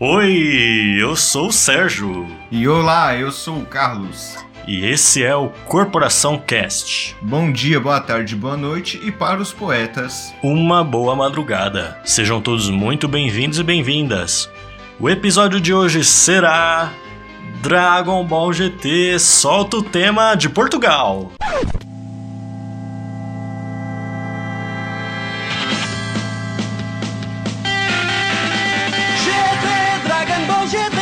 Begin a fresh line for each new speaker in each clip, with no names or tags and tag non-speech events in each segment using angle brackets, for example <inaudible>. Oi, eu sou o Sérgio.
E olá, eu sou o Carlos.
E esse é o Corporação Cast.
Bom dia, boa tarde, boa noite e para os poetas.
Uma boa madrugada. Sejam todos muito bem-vindos e bem-vindas. O episódio de hoje será. Dragon Ball GT solta o tema de Portugal.
GT, Dragon Ball GT,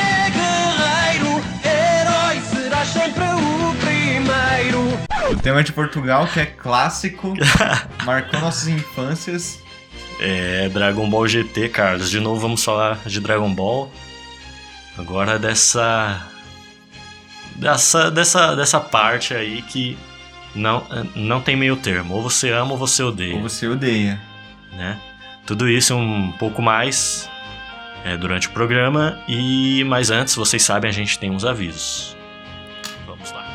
guerreiro, herói, serás sempre o primeiro.
O tema de Portugal, que é clássico, marcou nossas infâncias.
É Dragon Ball GT, Carlos. De novo vamos falar de Dragon Ball. Agora dessa. Dessa, dessa, dessa parte aí que não, não tem meio termo. Ou você ama ou você odeia.
Ou você odeia.
né? Tudo isso e um pouco mais é, durante o programa e mas antes, vocês sabem, a gente tem uns avisos. Vamos lá.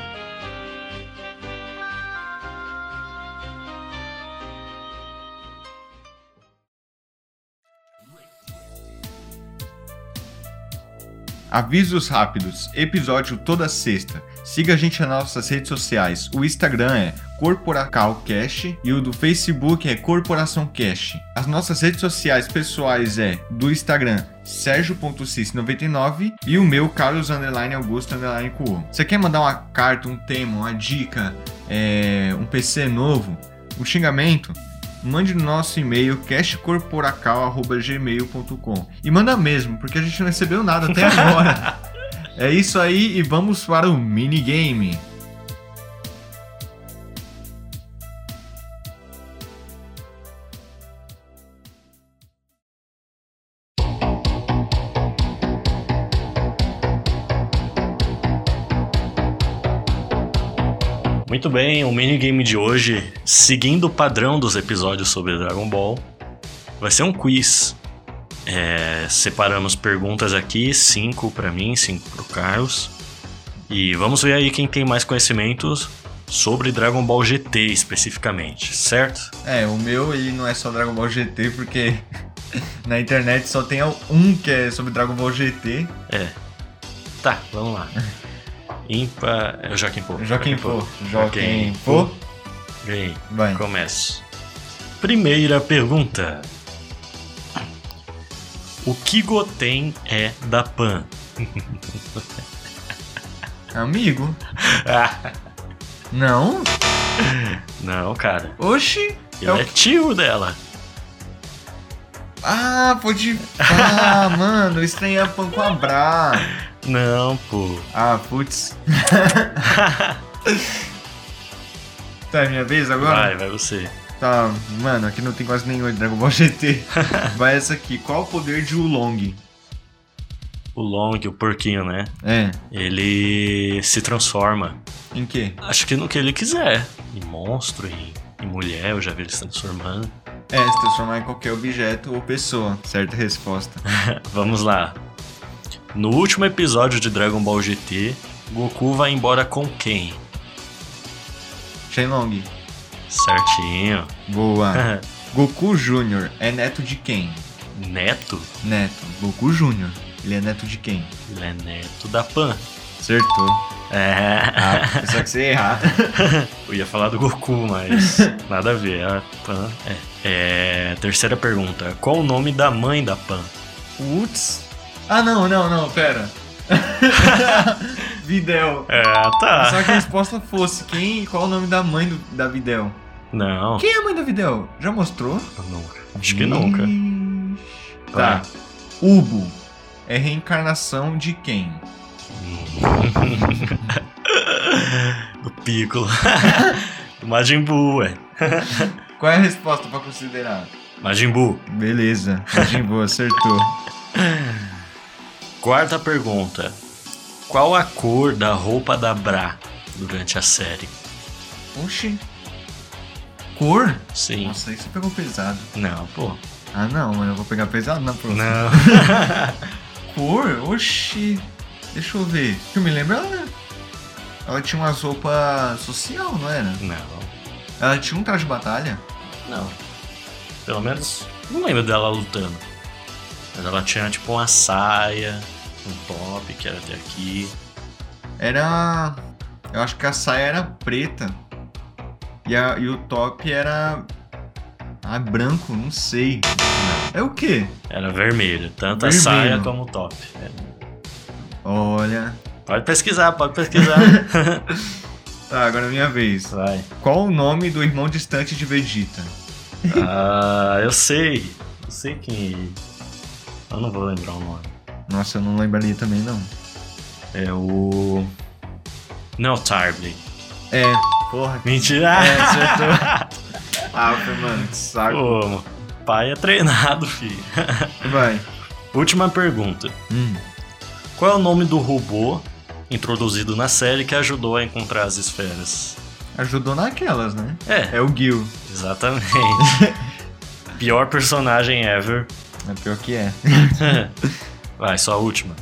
Avisos rápidos, episódio toda sexta. Siga a gente nas nossas redes sociais. O Instagram é CorporacalCast e o do Facebook é Corporação Cash. As nossas redes sociais pessoais é do Instagram sergio.cis99 e o meu Carlos underline Augusto underline Cuon. Você quer mandar uma carta, um tema, uma dica, é, um PC novo, um xingamento? Mande no nosso e-mail cashcorporacal.gmail.com E manda mesmo, porque a gente não recebeu nada até agora. é isso aí e vamos para o minigame.
Muito bem, o minigame de hoje, seguindo o padrão dos episódios sobre Dragon Ball, vai ser um quiz. É, separamos perguntas aqui, cinco pra mim, cinco pro Carlos. E vamos ver aí quem tem mais conhecimentos sobre Dragon Ball GT especificamente, certo?
É, o meu ele não é só Dragon Ball GT, porque <laughs> na internet só tem um que é sobre Dragon Ball GT,
Tá, vamos <laughs> lá. Impa. É o Joaquim Pô.
Joaquim Pô.
Joaquim
Joaquim Pô.
Ganhei.
Vai.
Começo. Primeira pergunta. O que Goten é da Pan?
Amigo? Ah. Não?
Não, cara.
Oxi!
Ele
É o-
é tio dela.
Ah, pode. Ah, <laughs> mano, estranha pão com abra.
Não, pô.
Ah, putz. <laughs> tá, é minha vez agora?
Vai, vai você.
Tá, mano, aqui não tem quase nenhum de Dragon Ball <laughs> GT. Vai essa aqui. Qual o poder de Oolong?
O Long, o porquinho, né?
É.
Ele se transforma.
Em quê?
Acho que no que ele quiser. Em monstro, em, em mulher, eu já vi ele se transformando.
É, se transformar em qualquer objeto ou pessoa. Certa <laughs> resposta.
Vamos lá. No último episódio de Dragon Ball GT, Goku vai embora com quem?
Shenlong.
Certinho. <laughs>
<laughs> Boa. Goku Jr. é neto de quem?
neto?
Neto. Goku Jr. Ele é neto de quem?
Ele é neto da Pan.
Acertou. <laughs>
É.
Ah, só que você ia errar. <laughs>
Eu ia falar do Goku, mas nada a ver. A Pan é. É, Terceira pergunta. Qual o nome da mãe da Pan?
Putz. Ah, não, não, não, <laughs> pera. Videl.
É, tá.
Só que a resposta fosse quem e qual o nome da mãe do- da Videl.
Não,
Quem é a mãe da Videl? Já mostrou?
nunca. Acho que nunca.
Hum. Ixi.
Vai.
Tá. Ubo é reencarnação de quem?
Do Piccolo. <laughs> Do Majin Buu, é. ué.
Qual é a resposta pra considerar?
Majin Buu.
Beleza, Majin Buu acertou.
Quarta pergunta. Qual a cor da roupa da Bra durante a série?
Oxi. Cor?
Sim.
Nossa, aí você pegou pesado.
Não, pô.
Ah não, mano, eu vou pegar pesado na próxima.
Não.
Cor? Oxi. Deixa eu ver. Que eu me lembro, ela, ela tinha umas roupas social, não era?
Não.
Ela tinha um traje de batalha?
Não. Pelo menos não lembro dela lutando. Mas ela tinha tipo uma saia, um top que era até aqui.
Era. Eu acho que a saia era preta. E, a- e o top era. Ah, branco, não sei. É o quê?
Era vermelho, tanto a
Vermelho.
saia como o top. É.
Olha.
Pode pesquisar, pode pesquisar. <laughs>
Tá, agora é minha vez.
Vai.
Qual o nome do irmão distante de Vegeta?
Ah, eu sei. Eu sei quem. Eu não vou lembrar o nome.
Nossa, eu não lembraria também não.
É o. Não, Tarbley.
É, porra.
Mentira!
É, acertou. <laughs> ah, foi, mano,
<laughs>
que saco.
Pô, mano, pai é treinado, filho. <laughs>
Vai.
Última pergunta.
Hum.
Qual é o nome do robô introduzido na série que ajudou a encontrar as esferas?
Ajudou naquelas, né?
É,
É o Gil.
exatamente. Pior personagem ever. <laughs>
É pior que é. <laughs>
Vai, só a última.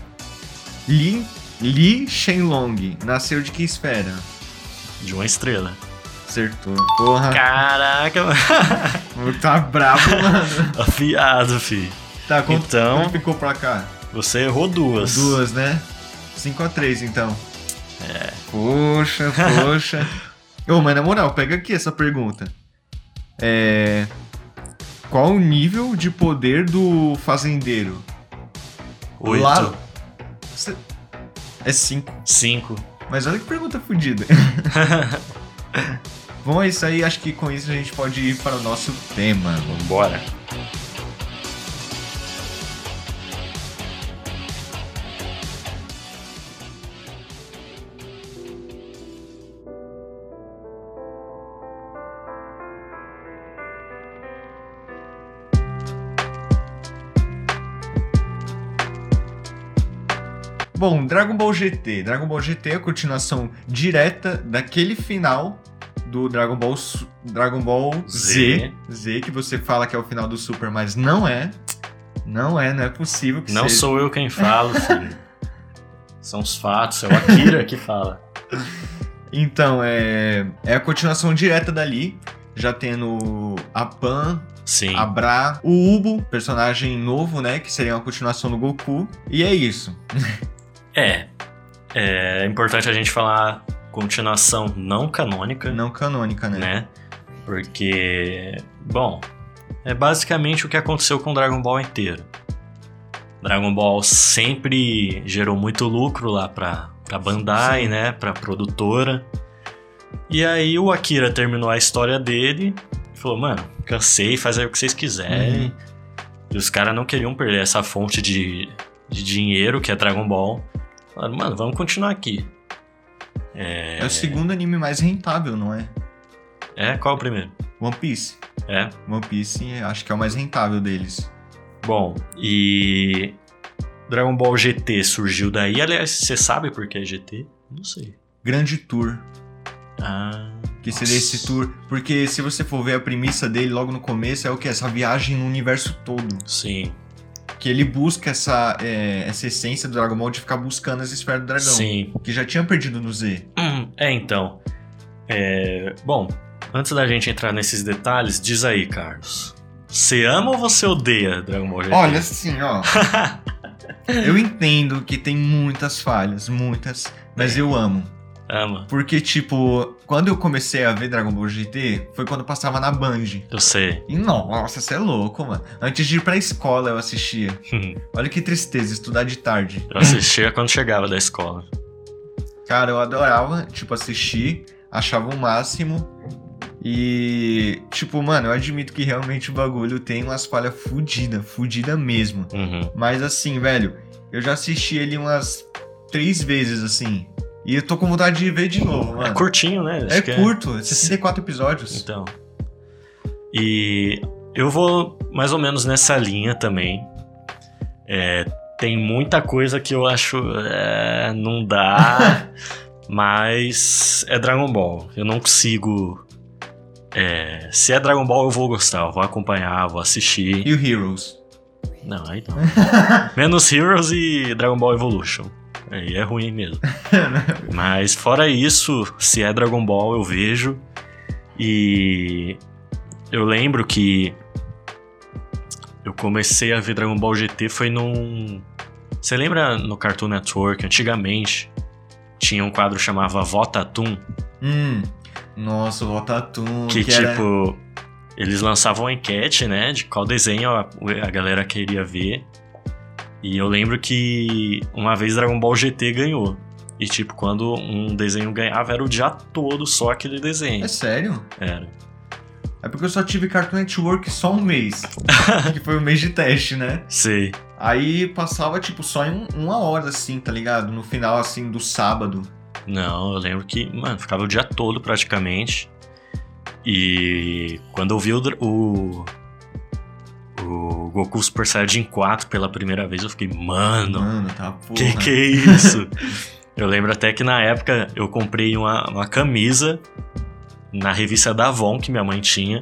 Li, Li Shenlong. Nasceu de que esfera?
De uma estrela.
Acertou. Porra.
Caraca, mano.
Tá bravo, mano.
<laughs> Afiado, fi.
Tá, quanto,
Então-
quanto ficou pra cá?
Você errou duas.
Duas, né? 5x3, então. É. Poxa, poxa. <laughs> Ô, mas na moral, pega aqui essa pergunta. É. Qual o nível de poder do fazendeiro?
Oito.
Lá- Cê- É 5.
Cinco.
Mas olha que pergunta <laughs> fodida. Bom, é isso aí. Acho que com isso a gente pode ir para o nosso tema.
Vambora.
Bom, Dragon Ball GT. Dragon Ball GT é a continuação direta daquele final do Dragon Ball, Su- Dragon Ball Z. Z. que você fala que é o final do Super, mas não é. Não é, não é possível que
Não
seja.
sou eu quem falo, filho. São os fatos, é o Akira que fala.
Então, é, é a continuação direta dali, já tendo a Pan,
Sim.
a Bra, o Ubo, personagem novo, né, que seria uma continuação do Goku. E é isso.
É. É importante a gente falar continuação não canônica,
Não canônica, né?
né? Porque, bom, é basicamente o que aconteceu com Dragon Ball inteiro. Dragon Ball sempre gerou muito lucro lá pra, pra Bandai, né? Pra produtora. E aí o Akira terminou a história dele e falou, mano, cansei, faz aí o que vocês quiserem.
Uhum.
E os caras não queriam perder essa fonte de, de dinheiro que é Dragon Ball. Falaram, mano, vamos continuar aqui.
É. o segundo anime mais rentável, não é?
É, qual o primeiro?
One Piece.
É,
One Piece eh, acho que é o mais rentável deles.
Bom, e Dragon Ball GT surgiu daí. Aliás, você sabe por que é GT? Não sei.
Grande Tour,
Ah,
que seria
Nossa.
esse tour. Porque se você for ver a premissa dele logo no começo, é o que? Essa viagem no universo todo.
sim.
Que ele busca essa, eh, essa essência do Dragon Ball de ficar buscando as esferas do dragão.
Sim.
Que já tinha perdido no Z.
Hum, É, então. É, bom, antes da gente entrar nesses detalhes, diz aí, Carlos. Você ama ou você odeia Dragon Ball GT?
Olha assim,
<laughs>
ó. eu entendo que tem muitas falhas, muitas. Mas
É.
eu amo.
Ama.
Porque, tipo, quando eu comecei a ver Dragon Ball GT, foi quando passava na Band.
Eu sei.
E nossa, você é louco, mano. Antes de ir pra escola eu
<laughs>
assistia. Olha que tristeza, estudar de tarde.
Eu assistia quando chegava da escola.
Cara, eu adorava, tipo, assistir, achava o máximo. E, tipo, mano, eu admito que realmente o bagulho tem umas falhas fudida, fudida mesmo.
Uhum.
Mas assim, velho, eu já assisti ele umas três vezes, assim. E eu tô com vontade de ver de novo,
É
mano.
curtinho, né? Acho
É
que
curto, 64 episódios.
Então. E eu vou mais ou menos nessa linha também. É, tem muita coisa que eu acho. é, não dá. mas é Dragon Ball. Eu não consigo. é, se é Dragon Ball, eu vou gostar. Eu vou acompanhar, vou assistir.
E o Heroes.
Não, aí não. Menos Heroes e Dragon Ball Evolution. Aí é ruim mesmo. Mas fora isso, se é Dragon Ball, eu vejo. E eu lembro que Eu comecei a ver Dragon Ball GT foi num. Você lembra no Cartoon Network, antigamente, tinha um quadro que chamava Votatum,
Hum. Nossa, o Votatum.
que,
um era-
tipo. Eles lançavam uma enquete, né? De qual desenho a, a galera queria ver. E eu lembro que uma vez Dragon Ball GT ganhou. E, tipo, quando um desenho ganhava, era o dia todo só aquele desenho.
É sério?
Era.
É porque eu só tive Cartoon Network só um mês.
<laughs>
que foi o mês de teste, né?
Sei.
Aí passava, tipo, só em uma hora, assim, tá ligado? No final, assim, do sábado.
Não, eu lembro que, mano, ficava o dia todo praticamente. E quando eu vi o, dra- o, o Goku Super Saiyajin 4 pela primeira vez, eu fiquei, mano,
Mano, tá
<laughs>
porra.
que que é isso? eu lembro até que na época eu comprei uma, uma camisa na revista da Avon que minha mãe tinha,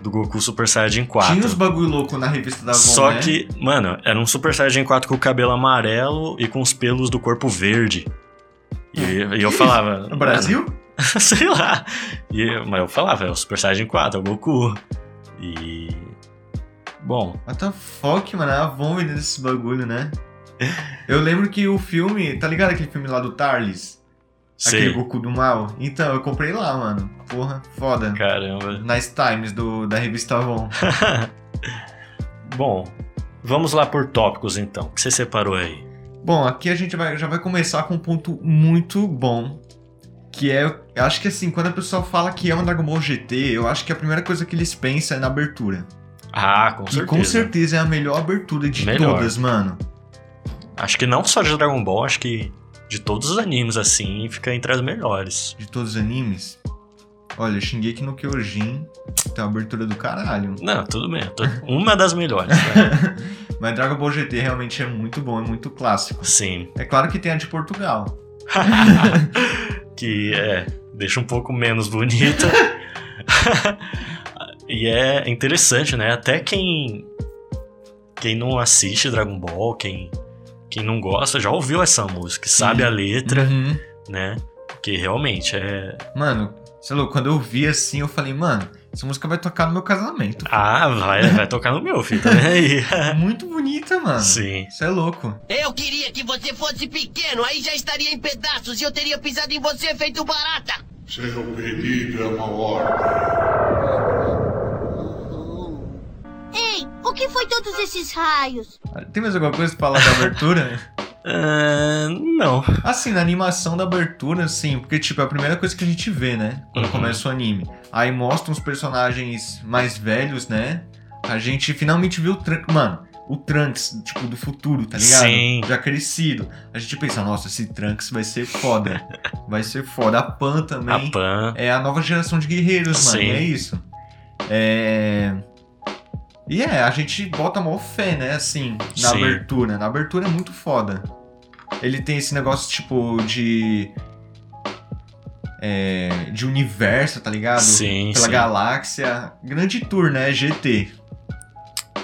do Goku Super Saiyajin 4.
Tinha uns bagulho louco na revista da Von,
Só
né?
que, mano, era um Super Saiyajin 4 com o cabelo amarelo e com os pelos do corpo verde. E, e eu falava.
<laughs>
<laughs>
No Brasil?
sei lá. E, eu- mas eu falava, é o Super Saiyajin 4, é o Goku. E. Bom,
What the fuck, mano? A Von vendendo esses bagulho, né? Eu lembro que o filme, tá ligado aquele filme lá do Tarlis? Aquele
sei.
Goku do Mal? Então, eu comprei lá, mano. Porra, foda.
Caramba.
Nice Times do, da revista Avon.
Bom, vamos lá por tópicos então. O que você separou aí?
Bom, aqui a gente vai- já vai começar com um ponto muito bom. Que é, eu acho que assim, quando a pessoa fala que é um Dragon Ball GT, eu acho que a primeira coisa que eles pensam é na abertura.
Ah, com
e
certeza.
com certeza é a melhor abertura de
Melhor.
todas, mano.
Acho que não só de Dragon Ball, acho que de todos os animes assim, fica entre as melhores.
De todos os animes. Olha, Shingeki no Kyojin tem uma abertura do caralho.
Não, tudo bem.
<laughs>
tô- Uma das melhores, né?
Mas Dragon Ball GT realmente é muito bom, é muito clássico.
Sim.
É claro que tem a de Portugal.
que é, deixa um pouco menos
<laughs>
bonita. e é interessante, né? Até quem quem não assiste Dragon Ball, quem quem não gosta, já ouviu essa música, sabe a letra,
Uhum.
né? Que realmente é
Mano, sei lá, quando eu vi assim, eu falei, mano, essa música vai tocar no meu casamento.
ah, vai, vai tocar no meu filho, tá
<laughs>
vendo aí?
Muito bonita, mano.
Sim.
Isso é louco.
Eu queria que você fosse pequeno, aí já estaria em pedaços e eu teria pisado em você feito barata.
Seu pedigrama ordem.
Ei, o que foi todos esses raios?
Tem mais alguma coisa pra falar da abertura? <laughs>
Ah, não.
Assim, na animação da abertura, assim, porque, tipo, é a primeira coisa que a gente vê, né? Quando
Uhum.
começa o anime. Aí mostra uns personagens mais velhos, né? A gente finalmente viu o Trunks. Mano, o Trunks, tipo, do futuro, tá ligado?
Sim.
Já crescido. A gente pensa, nossa, esse Trunks vai ser foda. vai ser foda. A Pan também.
A Pan.
É a nova geração de guerreiros, mano.
Sim.
e É isso. É. E é, a gente bota mó fé, né? Assim, na
Sim.
abertura. Na abertura é muito foda. Ele tem esse negócio, tipo, de. É, de universo, tá ligado?
Sim,
Pela
sim.
galáxia. Grande tour, né? GT.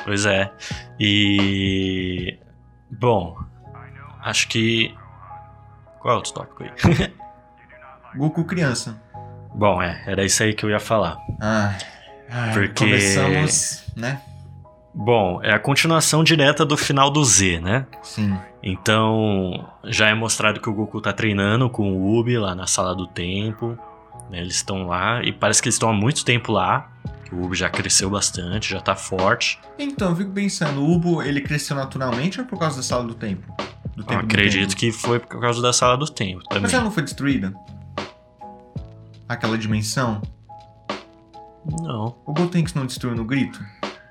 Pois é. E. Bom, acho que. Qual é o outro tópico aí?
Goku criança.
Bom, é, era isso aí que eu ia falar.
Ah. ai,
Porque-
Começamos, né?
Bom, é a continuação direta do final do Z, né?
Sim.
Então, já é mostrado que o Goku tá treinando com o Ubi lá na sala do tempo. né? Eles estão lá e parece que eles estão há muito tempo lá. que O Ubi já cresceu bastante, já tá forte.
Então, eu fico pensando, o Ubu, ele cresceu naturalmente ou é por causa da sala do tempo? Do
Eu
tempo do tempo?
acredito que foi por causa da sala do tempo
Ah, Mas
também.
ela não foi destruída? Aquela dimensão?
Não.
O Gotenks não destruiu no grito?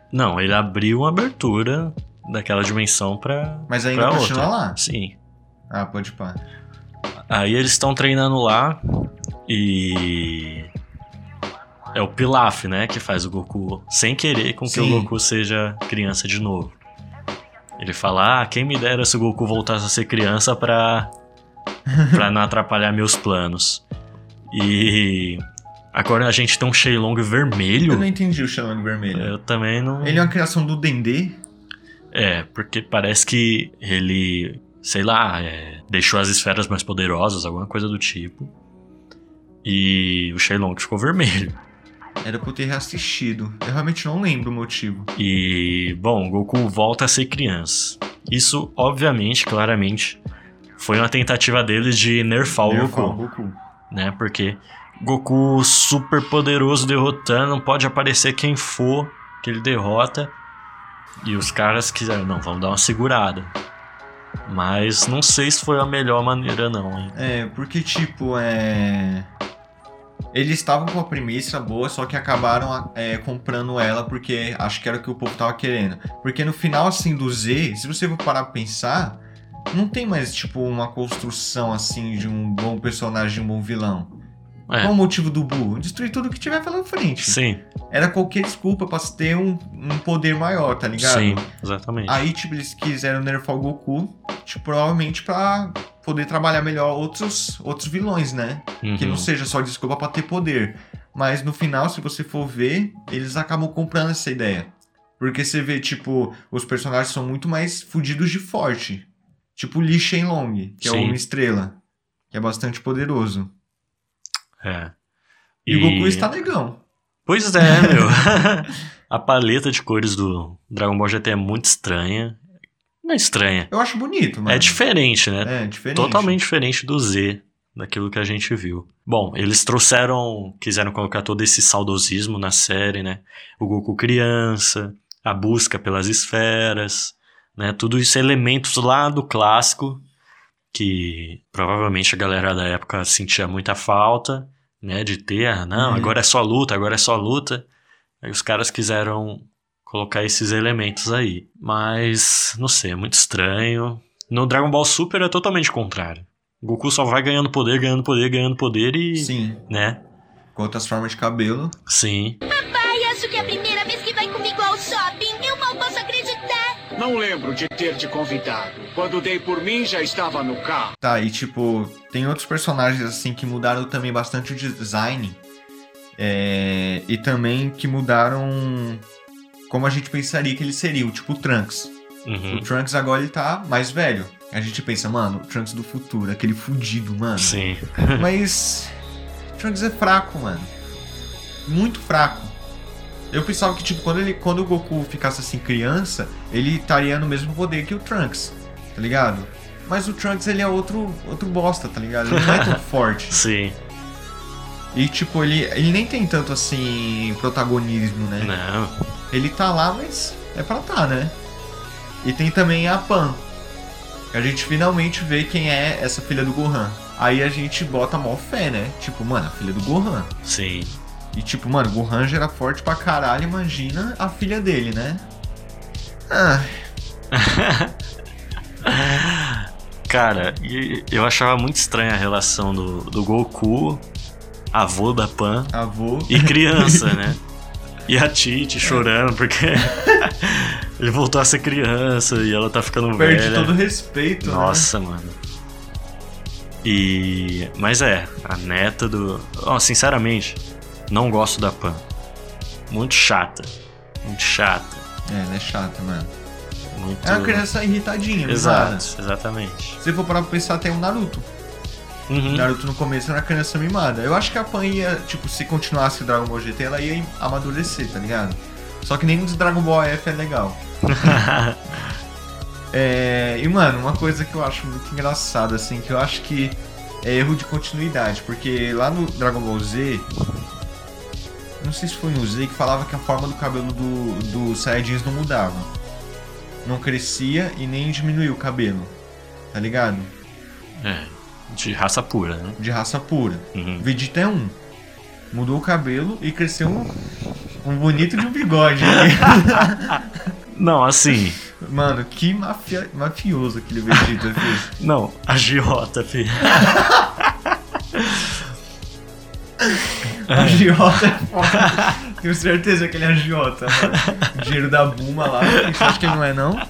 Não, ele abriu uma abertura daquela dimensão pra.
Mas ainda
pra
continua
outra.
lá?
Sim.
Ah, pode pá.
Aí eles estão treinando lá e. É o Pilaf, né? Que faz o Goku sem querer com que
Sim.
o Goku seja criança de novo. Ele fala: Ah, quem me dera se o Goku voltasse a ser criança <laughs> pra. pra não atrapalhar meus planos. E. Agora a gente tem um Shenlong
Eu não
vermelho.
entendi o Xelong vermelho.
Eu também não.
Ele é uma criação do Dendê?
É, porque parece que ele, sei lá, é, deixou as esferas mais poderosas, alguma coisa do tipo. E o Shenlong ficou vermelho.
Era pra eu ter reassistido. Eu realmente não lembro o motivo.
E, bom, Goku volta a ser criança. Isso, obviamente, claramente, foi uma tentativa deles de nerfar o
Nerfar o
Goku, né? Porque Goku super poderoso derrotando, pode aparecer quem for que ele derrota. E os caras quiseram, não, vamos dar uma segurada. Mas não sei se foi a melhor maneira, não. hein?
É, porque tipo, é. Eles estavam com a premissa boa, só que acabaram é, comprando ela porque acho que era o que o povo tava querendo. Porque no final, assim, do Z, se você for parar pra pensar, não tem mais, tipo, uma construção, assim, de um bom personagem, um bom vilão.
É.
Qual o motivo do Buu? Destruir tudo que tiver pela frente.
Sim,
Era qualquer desculpa pra se ter um, um poder maior, tá ligado?
sim, exatamente.
Aí, tipo, eles quiseram nerfar o Goku, tipo, provavelmente pra poder trabalhar melhor outros, outros vilões, né? Que
Uhum.
não seja só desculpa pra ter poder. Mas no final, se você for ver, eles acabam comprando essa ideia. Porque você vê, tipo, os personagens são muito mais fudidos de forte. Tipo Li Shenlong, que é
Sim.
uma estrela. Que é bastante poderoso.
É.
E, o Goku está negão.
Pois
<laughs>
é, meu. <laughs> a paleta de cores do Dragon Ball GT é muito estranha. Não é estranha.
Eu acho bonito, mano.
É diferente, né?
É, diferente.
Totalmente diferente do Z, daquilo que a gente viu. Bom, eles trouxeram, quiseram colocar todo esse saudosismo na série, né? O Goku criança, a busca pelas esferas, né? Tudo isso é elementos lá do clássico que provavelmente a galera da época sentia muita falta, né? De ter, ah, não,
Uhum.
agora é só luta, agora é só luta. Aí os caras quiseram colocar esses elementos aí. Mas, não sei, é muito estranho. No Dragon Ball Super é totalmente o contrário. Goku só vai ganhando poder, ganhando poder, ganhando poder e.
Sim.
Né?
Com outras formas de cabelo.
Sim.
Pai, acho que é a primeira vez que vai comigo ao shopping. Eu mal posso acreditar.
Não lembro de ter te convidado. Quando dei por mim, já estava no carro.
Tá, e tipo, tem outros personagens assim que mudaram também bastante o design. é, e também que mudaram como a gente pensaria que ele seria, o tipo o Trunks.
Uhum.
O Trunks agora ele tá mais velho. A gente pensa, mano, o Trunks do futuro, aquele fudido, mano.
Sim.
Mas. Trunks é fraco, mano. Muito fraco. Eu pensava que, tipo, quando, ele, quando o Goku ficasse assim criança, ele estaria no mesmo poder que o Trunks, tá ligado? Mas o Trunks, ele é outro, outro bosta, tá ligado? Ele não é tão forte.
Sim.
E, tipo, ele, ele nem tem tanto, assim, protagonismo, né?
Não.
Ele tá lá, mas é pra tá, né? E tem também a Pan. A gente finalmente vê quem é essa filha do Gohan. Aí a gente bota mó fé, né? Tipo, mano, a filha do Gohan.
Sim.
E tipo, mano, o Gohan já era forte pra caralho, imagina a filha dele, né? Ah,
Cara, e- eu achava muito estranha a relação do, do Goku, avô da Pan,
avô.
e <laughs>
<laughs>
criança, né? E a Titi chorando porque <laughs> ele voltou a ser criança e ela tá ficando
Perde
velha.
todo o respeito, né?
Nossa, mano. E. Mas é, a neta do. Ó, sinceramente, não gosto da Pan. Muito chata. Muito chata.
É, ela é chata, mano.
Muito.
É uma criança irritadinha,
Exato,
mimada.
exatamente.
Se você for parar pra pensar, tem o Naruto. O
Uhum.
Naruto no começo era uma criança mimada. Eu acho que a Pan ia, tipo, se continuasse o Dragon Ball GT, ela ia amadurecer, tá ligado? Só que nem os Dragon Ball F é legal. É, e mano, uma coisa que eu acho muito engraçada, assim, que eu acho que é erro de continuidade, porque lá no Dragon Ball Z, não sei se foi no Z que falava que a forma do cabelo do, do Saiyajins não mudava. Não crescia e nem diminuía o cabelo, tá ligado?
é, de raça pura, né?
De raça pura.
Uhum.
Vegeta é um. Mudou o cabelo e cresceu um, um bonito de um bigode. né?
Não, assim.
<laughs> Mano, que mafia, mafioso aquele Vegeta fez.
Não, a Giota, filho.
Agiota é foda. Tenho certeza que ele é agiota, mano. Dinheiro da Buma lá. Você acha que ele não é, não?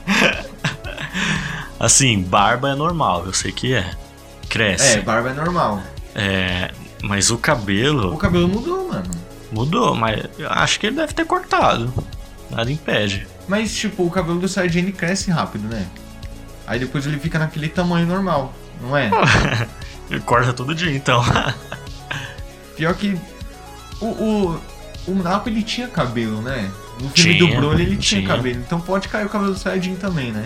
Assim, barba é normal, eu sei que é.
É,
Cresce.
barba é normal.
É, mas o
O
cabelo
cabelo mudou, mano.
mudou, mas eu acho que ele deve ter cortado. Nada impede.
Mas, tipo, o cabelo do Saiyajin ele cresce rápido, né? Aí depois ele fica naquele tamanho normal, não é?
<laughs> Ele corta todo dia, então.
Pior que. O, o, O Napa ele tinha cabelo, né? No filme
Tinha,
do Broly ele tinha,
tinha.
cabelo, então pode cair o cabelo do Saiyajin também, né?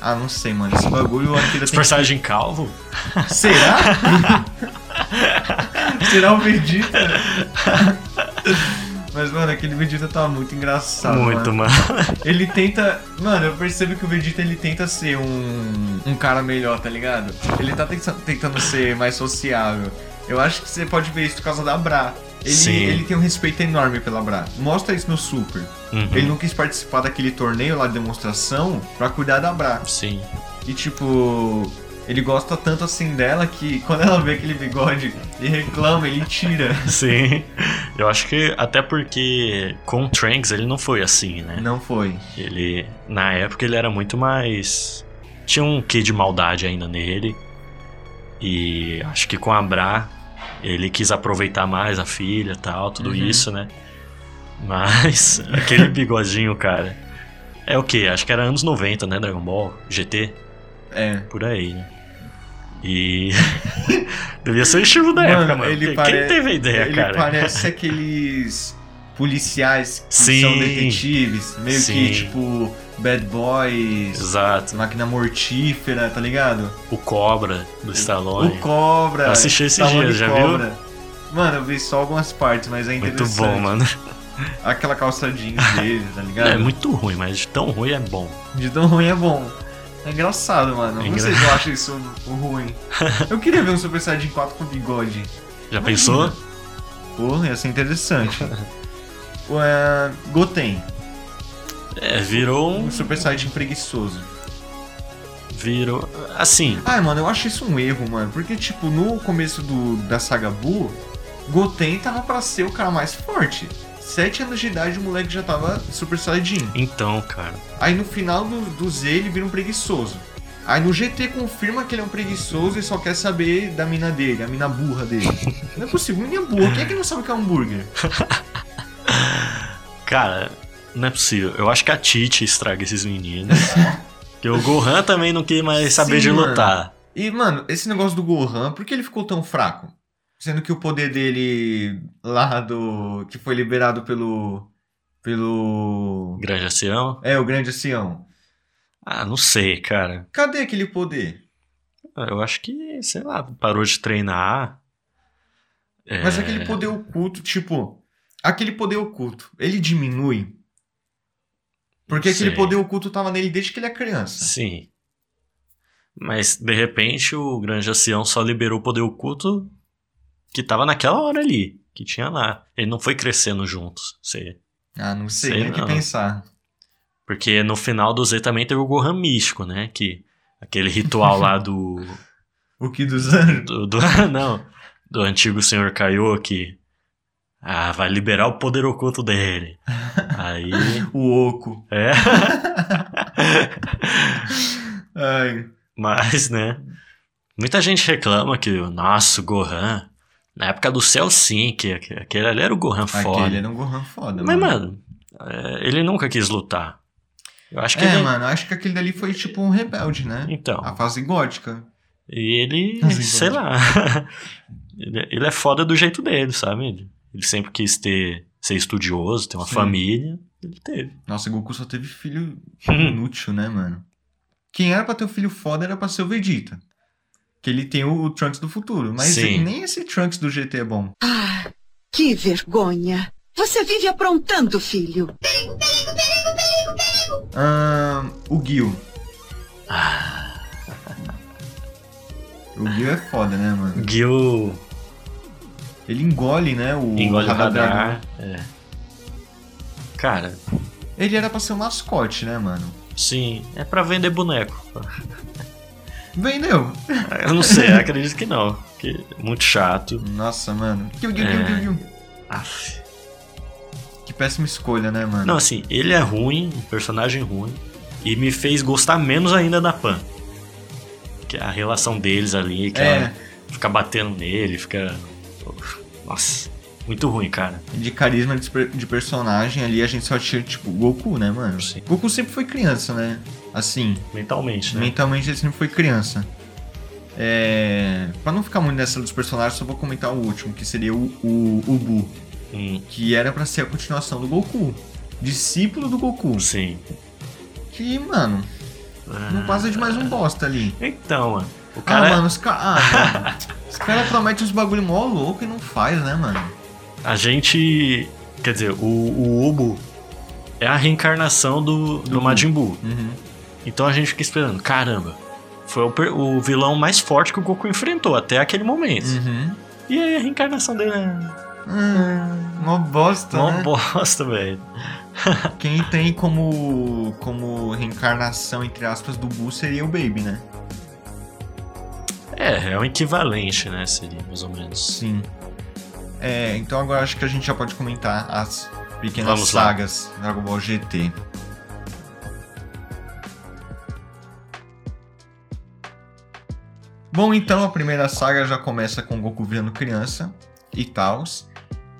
Ah, não sei, mano. Esse bagulho o Akira
Os
tem.
personagens calvo?
<laughs> Será?
<laughs>
Será o Vegeta? Mas, mano, aquele Vegeta tá muito engraçado. mano.
Muito, mano.
Ele tenta. Mano, eu percebo que o Vegeta ele tenta ser um, um cara melhor, tá ligado? Ele tá tensa- tentando ser mais sociável. Eu acho que você pode ver isso por causa da Bra. Ele,
Sim.
ele tem um respeito enorme pela Bra. Mostra isso no Super.
Uhum.
Ele não quis participar daquele torneio lá de demonstração pra cuidar da Bra.
<laughs> Sim.
E tipo. Ele gosta tanto assim dela que quando ela vê aquele bigode e reclama, ele tira.
Sim. Eu acho que até porque com o Trunks ele não foi assim, né?
Não foi.
Ele, na época, ele era muito mais. Tinha um quê de maldade ainda nele. E acho que com a Bra, ele quis aproveitar mais a filha tal, tudo
Uhum.
isso, né? Mas <laughs> aquele bigodinho, cara. É o quê? Acho que era anos 90, né? Dragon Ball, GT,
É.
por aí, né? E. <laughs> Devia ser o estilo da
Mano,
época, mano.
ele
Quem
pare-
teve a ideia,
Ele
É, cara?
parece aqueles policiais que
Sim.
são detetives, meio
Sim.
que tipo bad boys,
Exato.
máquina mortífera, tá ligado?
O Cobra do Stallone.
O Cobra.
Eu assisti esses
Stallone
dias, já viu?
Cobra. Mano, eu vi só algumas partes, mas é
Muito
interessante.
bom, mano.
Aquela
<laughs>
calça jeans dele, tá ligado?
É muito ruim, mas de tão ruim é bom.
De tão ruim é bom. É engraçado, mano.
É
Não sei se eu acho isso
<laughs>
um ruim. Eu queria ver um Super Saiyajin 4 com bigode.
Já pensou?
Uhum. Pô, ia
<laughs>
ser interessante. Ué, Goten.
É, virou um.
Um Super Saiyajin preguiçoso.
Virou. Assim,
Ah, mano, eu acho isso um erro, mano. Porque, tipo, no começo do, da saga Buu, Goten tava pra ser o cara mais forte. Sete anos de idade o moleque já tava Super Saiyajin.
então, cara.
Aí no final do, do Z ele vira um preguiçoso. Aí no GT confirma que ele é um preguiçoso e só quer saber da mina dele, a mina burra dele. Não é possível, mina burra. Quem é que não sabe o que é um hambúrguer?
Cara, não é possível. Eu acho que a Tite estraga esses
<laughs>
meninos. Porque o Gohan também não quer mais saber
Sim,
de
mano.
lutar.
E, mano, esse negócio do Gohan, por que ele ficou tão fraco? Sendo que o poder dele lá do. que foi liberado pelo. pelo.
Grande ancião?
É, o Grande Ancião.
Ah, não sei, cara.
Cadê aquele poder?
Eu acho que, sei lá, parou de treinar. É,
Mas aquele poder oculto, tipo. Aquele poder oculto, ele diminui. Porque
Não
aquele
sei.
poder oculto tava nele desde que ele é criança.
Sim. Mas, de repente, o Grande Ancião só liberou o poder oculto que tava naquela hora ali. Que tinha lá. Ele não foi crescendo juntos. Sei.
Ah, não sei,
Sei
tem que
não.
pensar.
Porque no final do Z também teve o Gohan místico, né? Que aquele ritual lá do.
O que dos anos?
do, <laughs> do- não. Do antigo senhor Kaiô que. Ah, vai liberar o poder oculto dele. Aí.
O oco.
É.
Ai.
Mas, né? Muita gente reclama que, nossa, o Gohan. Na época do Cell sim, que que aquele ali era o Gohan
Aquele
foda.
era um Gohan foda.
Mas, mano, é, ele nunca quis lutar. Eu acho que
É,
ele.
mano, acho que aquele dali foi tipo um rebelde, né?
Então.
A fase gótica.
E ele,
Assim,
sei lá. <laughs> ele, ele é foda do jeito dele, sabe? Ele, ele sempre quis ter, ser estudioso, ter uma
Sim.
família. Ele teve. <laughs>
Nossa, Goku só teve filho
Hum.
inútil, né, mano? Quem era pra ter um filho foda era pra ser o Vegeta. Que ele tem o, o Trunks do futuro. Mas
Sim.
nem esse Trunks do GT é bom.
Que vergonha! Você vive aprontando, filho.
Ahn, o
<laughs>
Gil. O Gil é foda, né, mano?
Gil
Ele engole, né, o
engole o
Dragão.
radar. é. Cara,
Ele era pra ser o mascote, né, mano?
sim, é pra vender boneco.
Vendeu.
Eu não sei, acredito que não. Que é muito chato.
Nossa, mano. Gil, Gil,
É.
Gil, Gil, Gil.
Aff.
Que péssima escolha, né, mano?
Não, assim, ele é ruim, um personagem ruim, e me fez gostar menos ainda da Pan. Que é a relação deles ali, que
É.
ela fica batendo nele, fica. Nossa, muito ruim, cara.
de carisma de, per- de personagem ali, a gente só tinha, tipo, Goku, né, mano?
Sim.
Goku sempre foi criança, né? Assim,
Mentalmente, né?
mentalmente ele sempre foi criança. É... Pra não ficar muito nessa dos personagens, só vou comentar o último, que seria o, o, o Buu.
Hum,
que era pra ser a continuação do Goku. Discípulo do Goku.
sim.
Que, mano, não passa de mais um bosta ali.
Então, mano. O Ah.
Ah,
cara.
mano, os caras. Ah, mano,
<laughs>
os caras prometem uns bagulho mó louco e não faz, né, mano?
a gente. Quer dizer, o, o Ubu é a reencarnação do, do Majin Buu.
Uhum.
Então a gente fica esperando. Caramba, foi o, per- o vilão mais forte que o Goku enfrentou até aquele momento.
Uhum.
E aí a reencarnação dele é
Hum, mó bosta,
uma
né?
bosta, <laughs> velho.
Quem tem como, como reencarnação, entre aspas, do Buu seria o Baby, né?
É, é um equivalente, né? Seria mais ou menos.
Sim. É, então agora acho que a gente já pode comentar as pequenas
Vamos lá.
sagas Dragon Ball GT. Bom, então a primeira saga já começa com Goku virando criança e tals.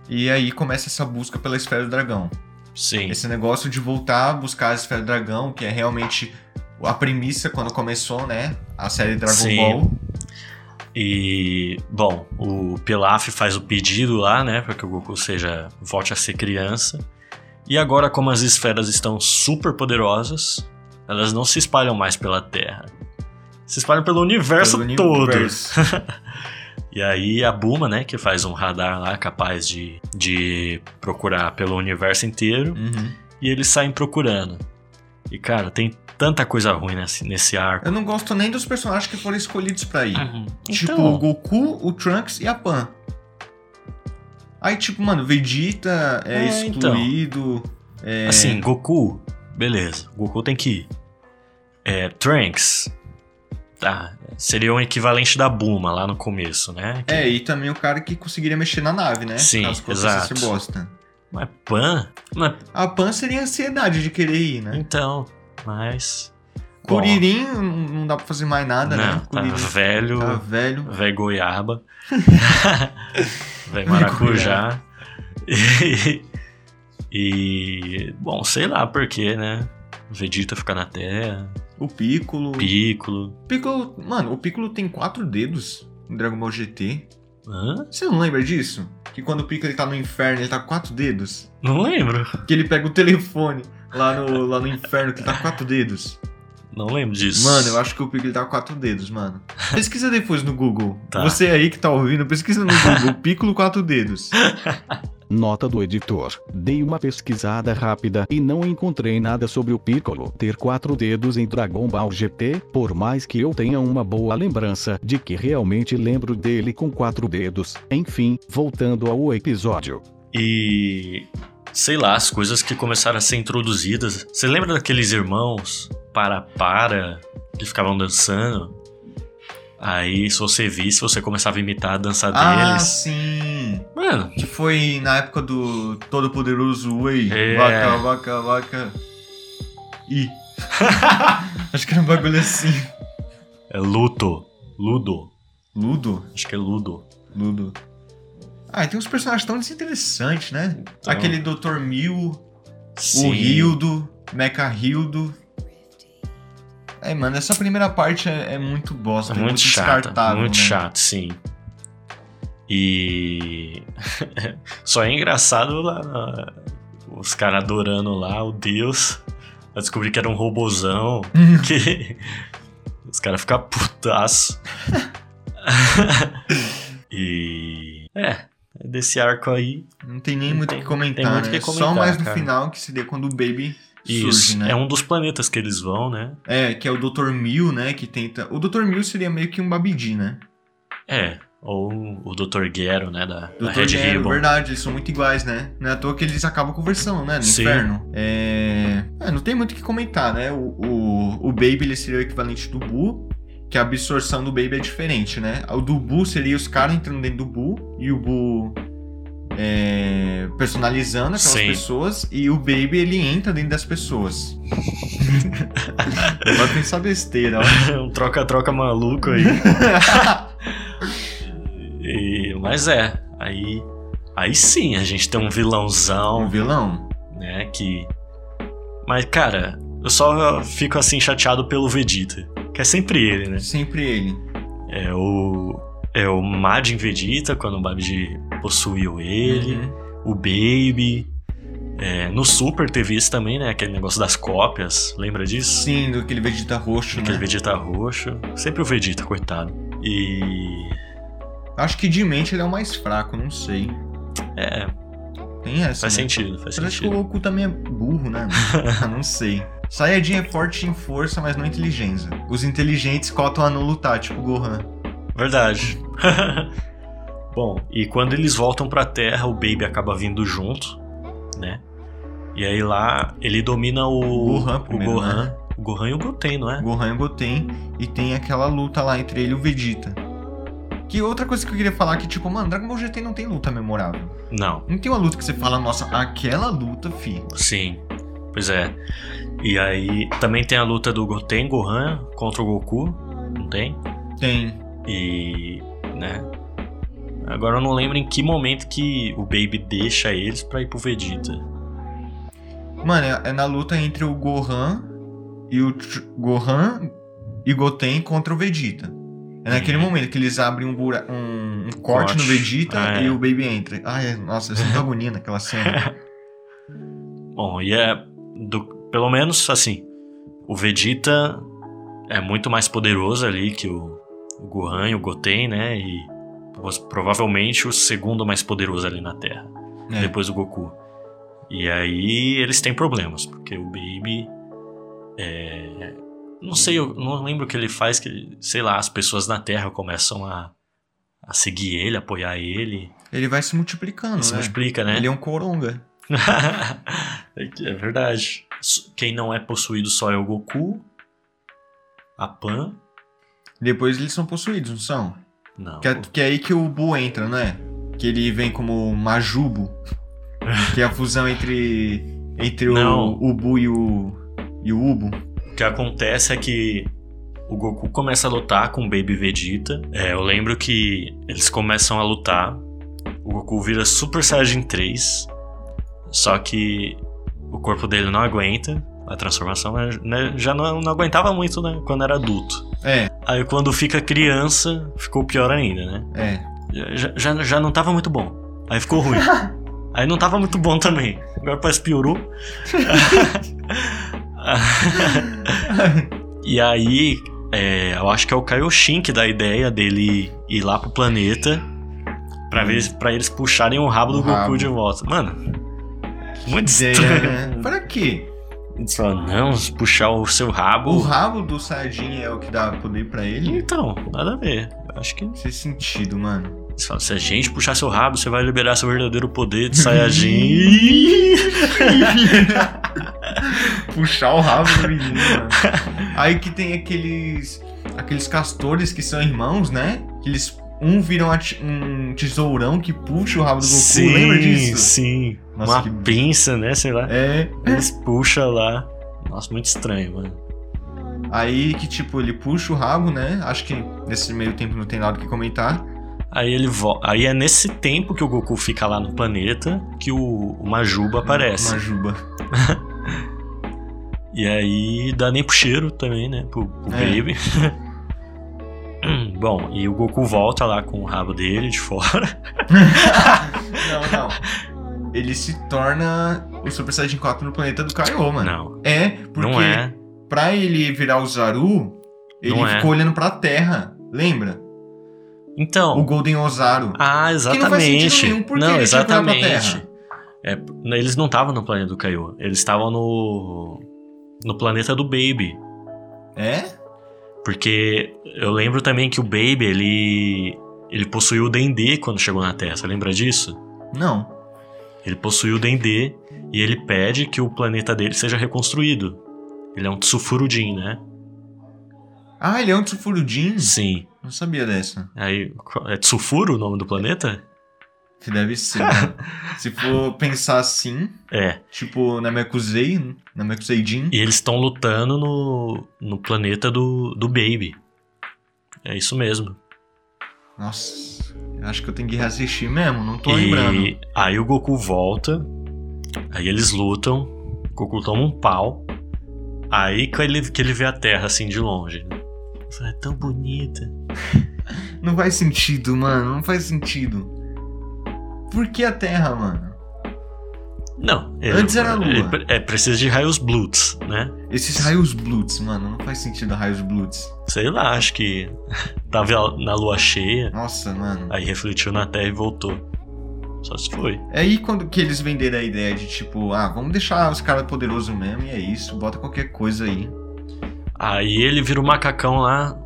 E aí começa essa busca pela Esfera do Dragão.
Sim.
Esse negócio de voltar a buscar a Esfera do Dragão, que é realmente a premissa quando começou, né? A série Dragon
Sim.
Ball.
E, bom, o Pilaf faz o pedido lá, né, para que o Goku seja volte a ser criança. E agora, como as esferas estão super poderosas, elas não se espalham mais pela Terra. Se espalham pelo universo
Pelo
todo.
universo.
E aí a Buma, né, que faz um radar lá capaz de, de procurar pelo universo inteiro.
<laughs> Uhum.
E eles saem procurando. E, cara, tem tanta coisa ruim nesse, nesse arco.
Eu não gosto nem dos personagens que foram escolhidos pra ir. Tipo,
Então-
o Goku, o Trunks e a Pan. Aí, tipo, mano, Vegeta é,
É, então.
excluído. é,
Assim, Goku, beleza. Goku tem que ir. É, Trunks, tá. Seria um equivalente da Buma lá no começo, né? Que-
É, e também o cara que conseguiria mexer na nave, né?
Sim,
As coisas
exato.
se bosta.
Mas Pan? Mas,
A Pan seria a ansiedade de querer ir, né?
então, mas.
Kuririn não não dá pra fazer mais nada,
não,
né?
tá
Kuririn
velho,
tá velho.
velho
<laughs>
goiaba, velho maracujá. E, <laughs> e, Bom, sei lá porquê, né? Vegeta fica na Terra,
O Piccolo.
Piccolo.
Piccolo. Mano, o Piccolo tem quatro dedos no Dragon Ball GT.
Hã?
Você não lembra disso? Que quando o Piccolo ele tá no inferno, ele tá com quatro dedos.
Não lembro.
Que ele pega o telefone lá no, lá no inferno, que tá com quatro dedos.
Não lembro disso.
Mano, eu acho que o Piccolo ele tá com quatro dedos, mano. Pesquisa depois no Google.
Tá.
Você aí que tá ouvindo, pesquisa no Google. Piccolo quatro dedos.
Nota do editor: Dei uma pesquisada rápida e não encontrei nada sobre o Piccolo ter quatro dedos em Dragon Ball GT, por mais que eu tenha uma boa lembrança de que realmente lembro dele com quatro dedos. Enfim, voltando ao episódio.
E sei lá, as coisas que começaram a ser introduzidas. Você lembra daqueles irmãos para para que ficavam dançando? Aí, se você visse, você começava a imitar a dança
Ah,
deles.
sim.
Mano,
Que foi na época do Todo-Poderoso Wei.
É.
Vaca, vaca, vaca. Ih. <laughs> acho que era um bagulho assim.
é Luto. Ludo.
Ludo?
Acho que é Ludo.
Ludo. Ah, e tem uns personagens tão desinteressantes, né?
Então.
Aquele Dr. Mil.
Sim.
O Hildo, Mecha Hildo. É, mano, essa primeira parte é, é muito bosta,
É
é
muito chato.
descartável.
Muito
né?
chato, sim. E. <laughs> Só é engraçado lá. na- Os caras adorando lá, o Deus. Eu descobri que era um robozão.
Uhum.
que... Os caras ficam
<laughs>
putaço. e. É, é desse arco aí.
Não tem nem muito o
Tem-
que comentar,
tem muito o
né?
que comentar,
Só mais no
cara.
final que se dê quando o Baby surge,
Isso.
né?
É um dos planetas que eles vão, né?
É, que é o Dr. Mil, né? Que tenta. O Dr. Mil seria meio que um Babidi, né?
É. Ou o Dr. Gero, né? Da, da
Dr.
Red
Nero,
Ribbon.
verdade, eles são muito iguais, né? Não é à toa que eles acabam conversando, né? No
Sim.
inferno. É... é, Não tem muito o que comentar, né? O, o, o Baby ele seria o equivalente do Bu, que a absorção do Baby é diferente, né? O do Bu seria os caras entrando dentro do Bu e o Bu é, personalizando aquelas
Sim.
pessoas e o Baby ele entra dentro das
<laughs>
pessoas. Vai pensar besteira,
<laughs>
ó.
um troca-troca maluco aí. <laughs> E- mas é, aí, aí sim a gente tem um vilãozão,
Um vilão.
né? Que. Mas, cara, eu só fico assim chateado pelo Vegeta. Que é sempre ele, né?
Sempre ele.
É o. É o Majin Vegeta, quando o Babidi possuiu ele.
Uhum.
o Baby. É, no Super teve isso também, né? Aquele negócio das cópias, lembra disso?
Sim, do aquele Vegeta roxo,
Aquele
né?
Vegeta roxo. Sempre o Vegeta, coitado. E.
Acho que de mente ele é o mais fraco, não sei.
É,
Tem
faz
essa, né?
sentido, faz
Mas acho que o
sentido.
Goku também é
<laughs>
burro, né? não sei. Saiyajin é forte em força, mas não em inteligência. Os inteligentes cotam a não lutar, tipo o Gohan.
Verdade. <laughs> Bom, e quando eles voltam pra Terra, o Baby acaba vindo junto, né? E aí lá ele domina o,
Gohan
o
primeiro,
Gohan.
né?
O Gohan e o Goten, não é?
Gohan e o Goten. E tem aquela luta lá entre ele e o Vegeta. Que outra coisa que eu queria falar é que, tipo, mano, Dragon Ball GT não tem luta memorável.
Não,
Não tem uma luta que você fala, nossa, aquela luta, fi.
sim. Pois é. E aí também tem a luta do Goten, Gohan contra o Goku, não tem?
Tem.
E, né? Agora eu não lembro em que momento que o Baby deixa eles pra ir pro Vegeta.
Mano, é, é na luta entre o Gohan e o Tr- Gohan e Goten contra o Vegeta. É naquele
Uhum.
momento que eles abrem um, bura- um- um corte,
Corte.
no Vegeta
Ah, é.
e o Baby entra. Ai, é- nossa, eu sinto agonia
<laughs>
naquela cena.
Bom, e é. do- pelo menos assim, o Vegeta é muito mais poderoso ali que o, o Gohan e o Goten, né? E pos- provavelmente o segundo mais poderoso ali na Terra,
É.
depois do Goku. E aí eles têm problemas, porque o Baby. é, não sei, eu não lembro o que ele faz, que, sei lá, as pessoas na Terra começam a, a seguir ele, apoiar ele.
Ele vai se multiplicando,
Isso
né?
não explica, né?
Ele é um coronga.
<laughs> é que- é verdade. S- Quem não é possuído só é o Goku. A Pan.
Depois eles são possuídos, não são?
Não.
Que é, que é aí que o Buu entra, né? Que ele vem como Majubo. que é a fusão entre, entre
Não.
o, o Buu e o, e o Ubu.
O que acontece é que o Goku começa a lutar com o Baby Vegeta. É, eu lembro que eles começam a lutar. O Goku vira Super Saiyajin 3. Só que o corpo dele não aguenta. A transformação né, já não, não aguentava muito, né? Quando era adulto.
É,
Aí quando fica criança, ficou pior ainda, né?
é.
já, já, já não tava muito bom. Aí ficou
<laughs>
ruim. Aí não tava muito bom também. Agora parece piorou. e aí, é, eu acho que é o Kaioshin que dá a ideia dele ir lá pro planeta pra, ver, pra eles puxarem o rabo do
Hum. O
Goku
rabo.
de volta. Mano, muito <laughs> estranho.
ideia, né? Para quê?
Eles falam, não, puxar o seu
O
rabo.
rabo do Saiyajin é o que dá poder pra ele?
Então, nada a ver. Eu Acho que
Não sei
<laughs>
sentido, mano.
Eles falam, se a gente puxar seu rabo, você vai liberar seu verdadeiro poder de
<laughs>
Saiyajin.
Puxar o rabo do menino, mano. Aí que tem aqueles. aqueles castores que são irmãos, né? Que eles. Um viram a ti- um tesourão que puxa o rabo do Goku.
sim,
Lembra disso?
sim.
Nossa,
Uma
que-
pinça, né? Sei lá.
É.
Eles puxam lá. Nossa, muito estranho, mano.
Aí que, tipo, ele puxa o rabo, né? Acho que nesse meio tempo não tem nada o que comentar.
Aí ele vo... Aí é nesse tempo que o Goku fica lá no planeta que o, o Majuba aparece.
Uma juba.
E aí dá nem pro cheiro também, né? Pro, pro
É.
baby. <laughs> Bom, e o Goku volta lá com o rabo dele de fora.
Não, não. Ele se torna o Super Saiyajin 4 no planeta do Kaiô, mano.
Não,
É, porque
não é.
pra ele virar o Zaru, ele
Não é.
ficou olhando pra terra, lembra?
Então.
O Golden Ozaru.
Ah,
Que não faz sentido
exatamente.
nenhum, por que
não,
ele tinha que olhar pra
exatamente. É, n- eles não estavam no planeta do Kaiô. Eles estavam no. no planeta do Baby.
É?
Porque eu lembro também que o Baby, ele. ele possuiu o Dendê quando chegou na Terra. Você lembra disso?
Não.
Ele possuiu o Dendê e ele pede que o planeta dele seja reconstruído. Ele é um Tsufurudin, né?
Ah, ele é um Tsufurudin?
Sim.
Não sabia dessa.
Aí. qual- É Tsufuru o nome do planeta?
Que deve ser. né?
<laughs>
Se for pensar assim,
É.
tipo, na Mekusei, né? na Mekusei Jin.
E eles estão lutando no, no planeta do, do Baby. É isso mesmo.
Nossa, eu acho que eu tenho que reassistir mesmo, não tô
e
lembrando.
aí o Goku volta, aí eles lutam, o Goku toma um pau, aí que ele, que ele vê a Terra assim de longe. né? Ele fala, É tão bonita.
Não faz sentido, mano, não faz sentido. Por que a Terra, mano?
Não.
Antes era a lua.
ele- É, precisa de raios bluts, né?
Esses raios Bloods, mano, não faz sentido raios Bloods.
Sei lá, acho que <laughs> tava na lua cheia,
Nossa, mano.
aí refletiu na Terra e voltou. Só se foi.
É aí quando que eles venderam a ideia de tipo, ah, vamos deixar os caras poderosos mesmo e é isso, bota qualquer coisa aí.
Aí ele vira o macacão lá.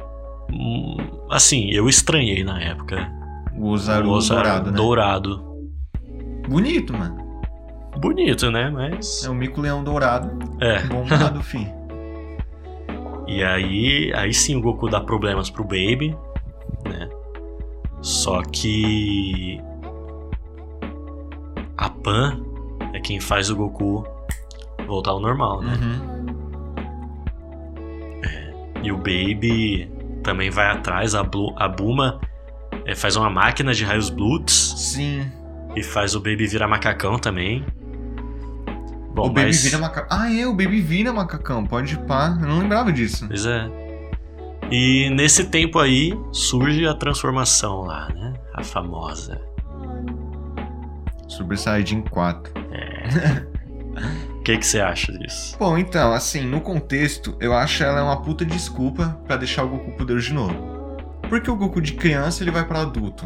hum, Assim, eu estranhei na época.
O Ozaru,
O Osaru
dourado, né?
dourado.
Bonito, mano.
Bonito, né? Mas.
É o Mico Leão Dourado.
É.
Bom
<laughs>
do fim.
E aí, aí sim o Goku dá problemas pro Baby, né? Só que a Pan é quem faz o Goku voltar ao normal, né?
Uhum.
E o Baby também vai atrás, a, Blu, a Buma eh, faz uma máquina de raios Bluts
Sim.
e faz o Baby virar macacão também. Bom,
o Baby
mas-
vira macacão. Ah, é, o Baby vira macacão. Pode pá. Eu não lembrava disso.
Pois é. E nesse tempo aí surge a transformação lá, né? A famosa.
Super Saiyajin 4.
O que que você acha disso?
Bom, então, assim, no contexto, eu acho ela uma puta desculpa pra deixar o Goku poderoso de novo. Porque o Goku de criança ele vai pra adulto.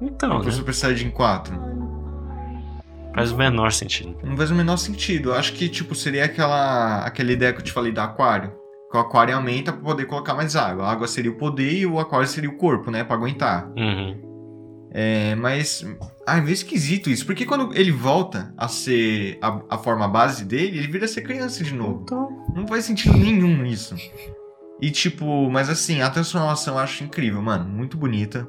Então,
Pro
né?
Super Saiyajin 4.
Faz o menor sentido.
Não faz o menor sentido. Eu acho que, tipo, seria aquela, aquela ideia que eu te falei do aquário. Que o aquário aumenta pra poder colocar mais água. A água seria o poder e o aquário seria o corpo, né? Pra aguentar.
Uhum.
É, mas. Ah, é meio esquisito isso. Porque quando ele volta a ser a, a forma base dele, ele vira a ser criança de novo. Não faz sentido nenhum isso. E tipo, mas assim, a transformação eu acho incrível, mano. Muito bonita.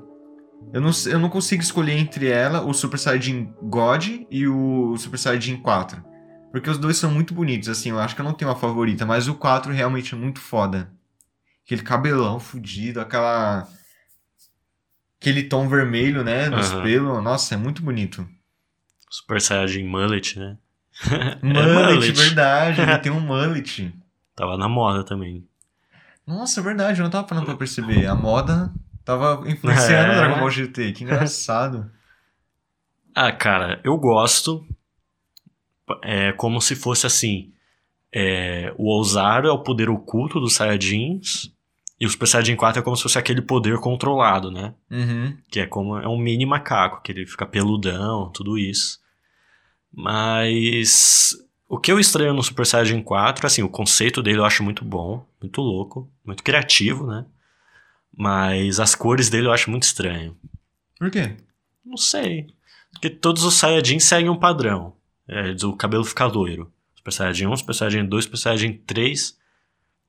Eu não, sei- eu não consigo escolher entre ela, o Super Saiyajin God e o Super Saiyajin 4. Porque os dois são muito bonitos, assim, eu acho que eu não tenho uma favorita, mas o 4 realmente é muito foda. Aquele cabelão fudido, aquela. Aquele tom vermelho, né? Dos
Aham.
pelos. Nossa, é muito bonito.
Super Saiyajin Mullet, né?
Um Mullet,
um mullet. <laughs>
verdade. Ele tem um mullet.
Tava na moda também.
Nossa, é verdade, eu não tava falando pra perceber. A moda tava influenciando o
É.
Dragon Ball GT, que engraçado.
Ah, cara, eu gosto. É como se fosse assim. é, o Ousaro é o poder oculto dos Saiyajins. E o Super Saiyajin 4 é como se fosse aquele poder controlado, né?
Uhum.
Que é como é um mini macaco, que ele fica peludão, tudo isso. Mas o que eu estranho no Super Saiyajin 4, assim, o conceito dele eu acho muito bom, muito louco, muito criativo, né? Mas as cores dele eu acho muito estranho.
Por quê?
Não sei. Porque todos os Saiyajins seguem um padrão. É, o cabelo fica loiro. Super Saiyajin 1, Super Saiyajin 2, Super Saiyajin 3.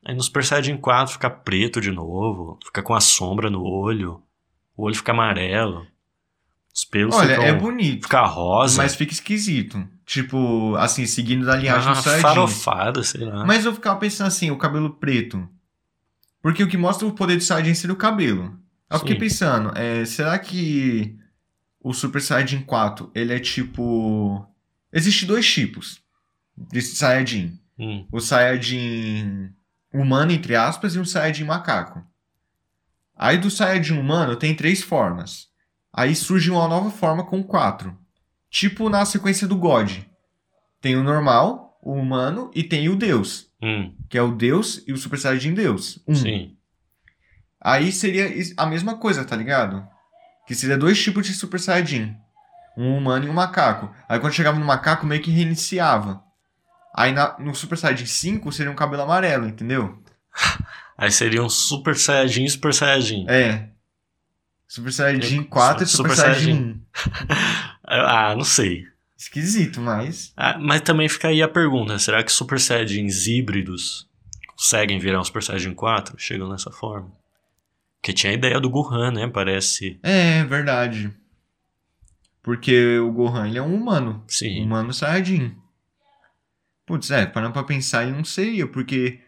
Aí no Super Saiyajin 4 fica preto de novo. Fica com a sombra no olho. O olho fica amarelo. Os pelos
Olha,
ficam,
é bonito,
fica rosa.
mas fica esquisito. Tipo, assim, seguindo da linhagem
ah, né?
do Saiyajin.
farofada, sei lá.
Mas eu ficava pensando assim, o cabelo preto. Porque o que mostra o poder do Saiyajin seria o cabelo. Eu fiquei
Sim.
pensando, é, será que o Super Saiyajin 4, ele é tipo... Existem dois tipos de Saiyajin.
Hum,
o Saiyajin humano, entre aspas, e o Saiyajin macaco. Aí do Saiyajin humano tem três formas. Aí surge uma nova forma com quatro. Tipo na sequência do God. Tem o normal, o humano e tem o Deus.
hum,
Que é o Deus e o Super Saiyajin Deus. Um.
Sim.
Aí seria is- a mesma coisa, tá ligado? Que seria dois tipos de Super Saiyajin. Um humano e um macaco. Aí quando chegava no macaco, meio que reiniciava. Aí na- no Super Saiyajin 5 seria um cabelo amarelo, entendeu?
Aí seria um Super Saiyajin e Super Saiyajin.
É. Super Saiyajin
Eu-
4 e
Super
Super, Saiyajin
Saiyajin.
1.
Ah, não sei.
Esquisito, mas.
Ah, mas também fica aí a pergunta: será que Super Saiyajins híbridos conseguem virar um Super Saiyajin 4? Chegam nessa forma? Porque tinha a ideia do Gohan, né? Parece.
É, verdade. Porque o Gohan ele é um humano.
Sim.
Humano Saiyajin. Putz, é, parando pra pensar, ele não seria, porque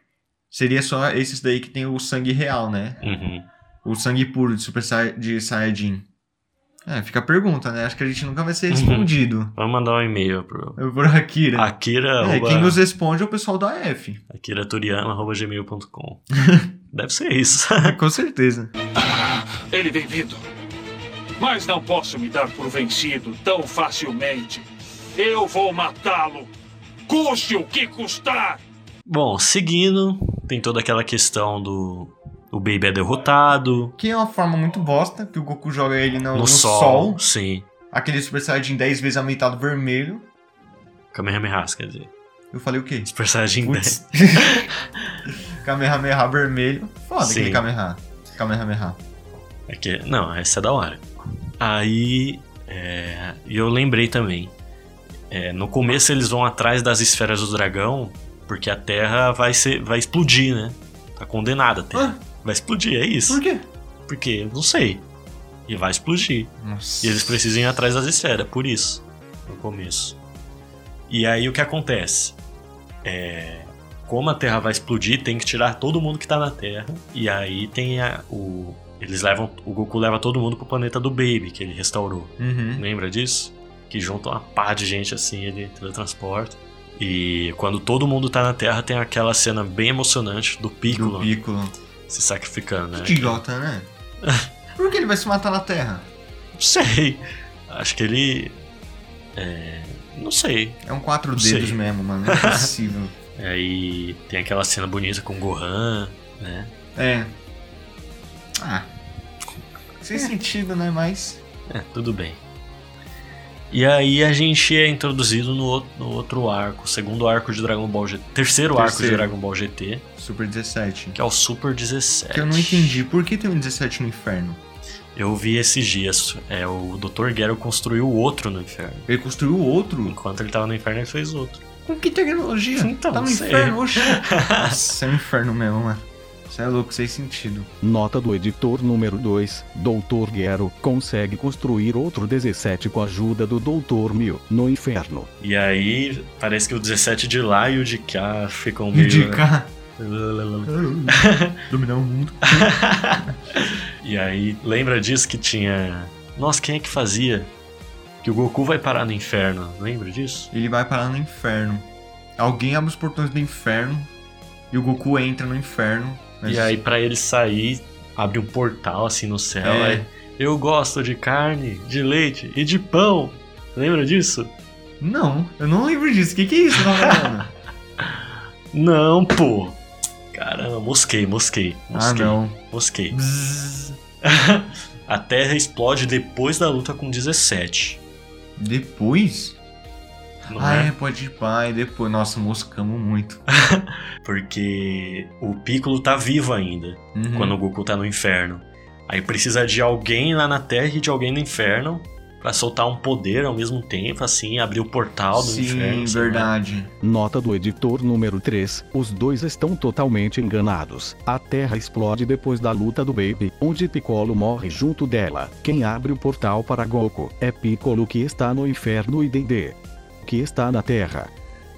seria só esses daí que tem o sangue real, né?
Uhum.
O sangue puro de Super Sai- de Saiyajin. É, fica a pergunta, né? Acho que a gente nunca
<laughs>
vai ser respondido.
Vamos mandar um e-mail pro
Eu vou Akira.
Akira,
é,
arroba-
quem nos responde é o pessoal da
<laughs>
F. <laughs>
akiraturiano.gmail.com. Deve ser isso. <laughs>
Com certeza.
Ele tem medo. Mas não posso me dar por vencido tão facilmente.
Eu vou matá-lo. Custe o que custar.
Bom, seguindo, tem toda aquela questão do. O Baby é derrotado.
Que é uma forma muito bosta, que o Goku joga ele Ah, no,
No,
no
sol,
sol.
Sim.
Aquele Super Saiyajin 10 vezes aumentado vermelho.
Kamehameha, quer dizer.
Eu falei o quê?
Os personagens
Putz.
10.
Kamehameha vermelho. Foda aquele
Sim.
Kamehameha. Kamehameha.
Aqui, não, essa é da hora. Aí. é, E eu lembrei também. é, no começo eles vão atrás das esferas do dragão, porque a Terra vai, ser, vai explodir, né? Tá condenada a Terra. Vai explodir, é isso.
Ah. Por quê?
Porque eu não sei. E vai explodir.
Nossa.
E eles precisam ir atrás das esferas, por isso. No começo. E aí o que acontece? É, Como a Terra vai explodir, tem que tirar todo mundo que tá na Terra. E aí tem a- o. Eles levam. O Goku leva todo mundo pro planeta do Baby, que ele restaurou.
Uhum.
Lembra disso? Que junta uma pá de gente assim, ele teletransporta. E quando todo mundo tá na Terra, tem aquela cena bem emocionante do
Do
Piccolo
Piccolo.
se sacrificando, né?
Que idiota,
<laughs>
né? Por que ele vai se matar na Terra?
Não sei. Acho que ele. É, não sei.
É um quatro
Não
dedos
sei.
mesmo, mano. É possível.
<laughs> Aí tem aquela cena bonita com o Gohan, né?
é. Ah. Sem sentido, né? Mas.
É, tudo bem. E aí a gente é introduzido no, outro- no outro arco, segundo arco de Dragon Ball GT. Terceiro, arco de
Terceiro.
Dragon Ball GT,
Super 17.
que é o Super 17.
Que eu não entendi. Por que tem um 17 no inferno?
Eu vi esses dias. É, o Dr. Gero construiu outro no inferno.
Ele construiu outro?
Enquanto ele tava no inferno, ele fez outro.
Com que tecnologia?
Então,
tá no
não sei. <laughs>
inferno, oxi. Nossa, é um inferno mesmo, mano. Você é louco, sem sentido.
Nota do editor número 2, Dr. Gero, consegue construir outro 17 com a ajuda do Dr. Mil, no inferno.
E aí, parece que o 17 de lá e o de cá ficam meio.
Indicar. <laughs> Dominar o mundo.
E aí, lembra disso que tinha. Nossa, quem é que fazia? Que o Goku vai parar no inferno, lembra disso?
Ele vai parar no inferno. Alguém abre os portões do inferno. E o Goku entra no inferno. mas-
E aí, pra ele sair, abre um portal assim no céu.
É.
aí, eu gosto de carne, de leite e de pão. Lembra disso?
Não, eu não lembro disso. O que, que é isso, tá falando?
Não, pô. Caramba, mosquei, mosquei.
<laughs> ah,
Mosquei,
não.
mosquei. <laughs>
Bzzz.
A Terra explode depois da luta com 17.
Depois?
Não
ah,
é?
é, pode ir pai, depois. Nossa, moscamos muito. é?
Porque o Piccolo tá vivo ainda.
Uhum.
quando o Goku tá no inferno. Aí precisa de alguém lá na Terra e de alguém no inferno pra soltar um poder ao mesmo tempo, assim, abrir o portal do
Sim,
inferno. sei lá.
verdade.
Nota do editor número 3, os dois estão totalmente enganados. A Terra explode depois da luta do Baby, onde Piccolo morre junto dela. Quem abre o portal para Goku é Piccolo que está no inferno e Dendê, que está na Terra.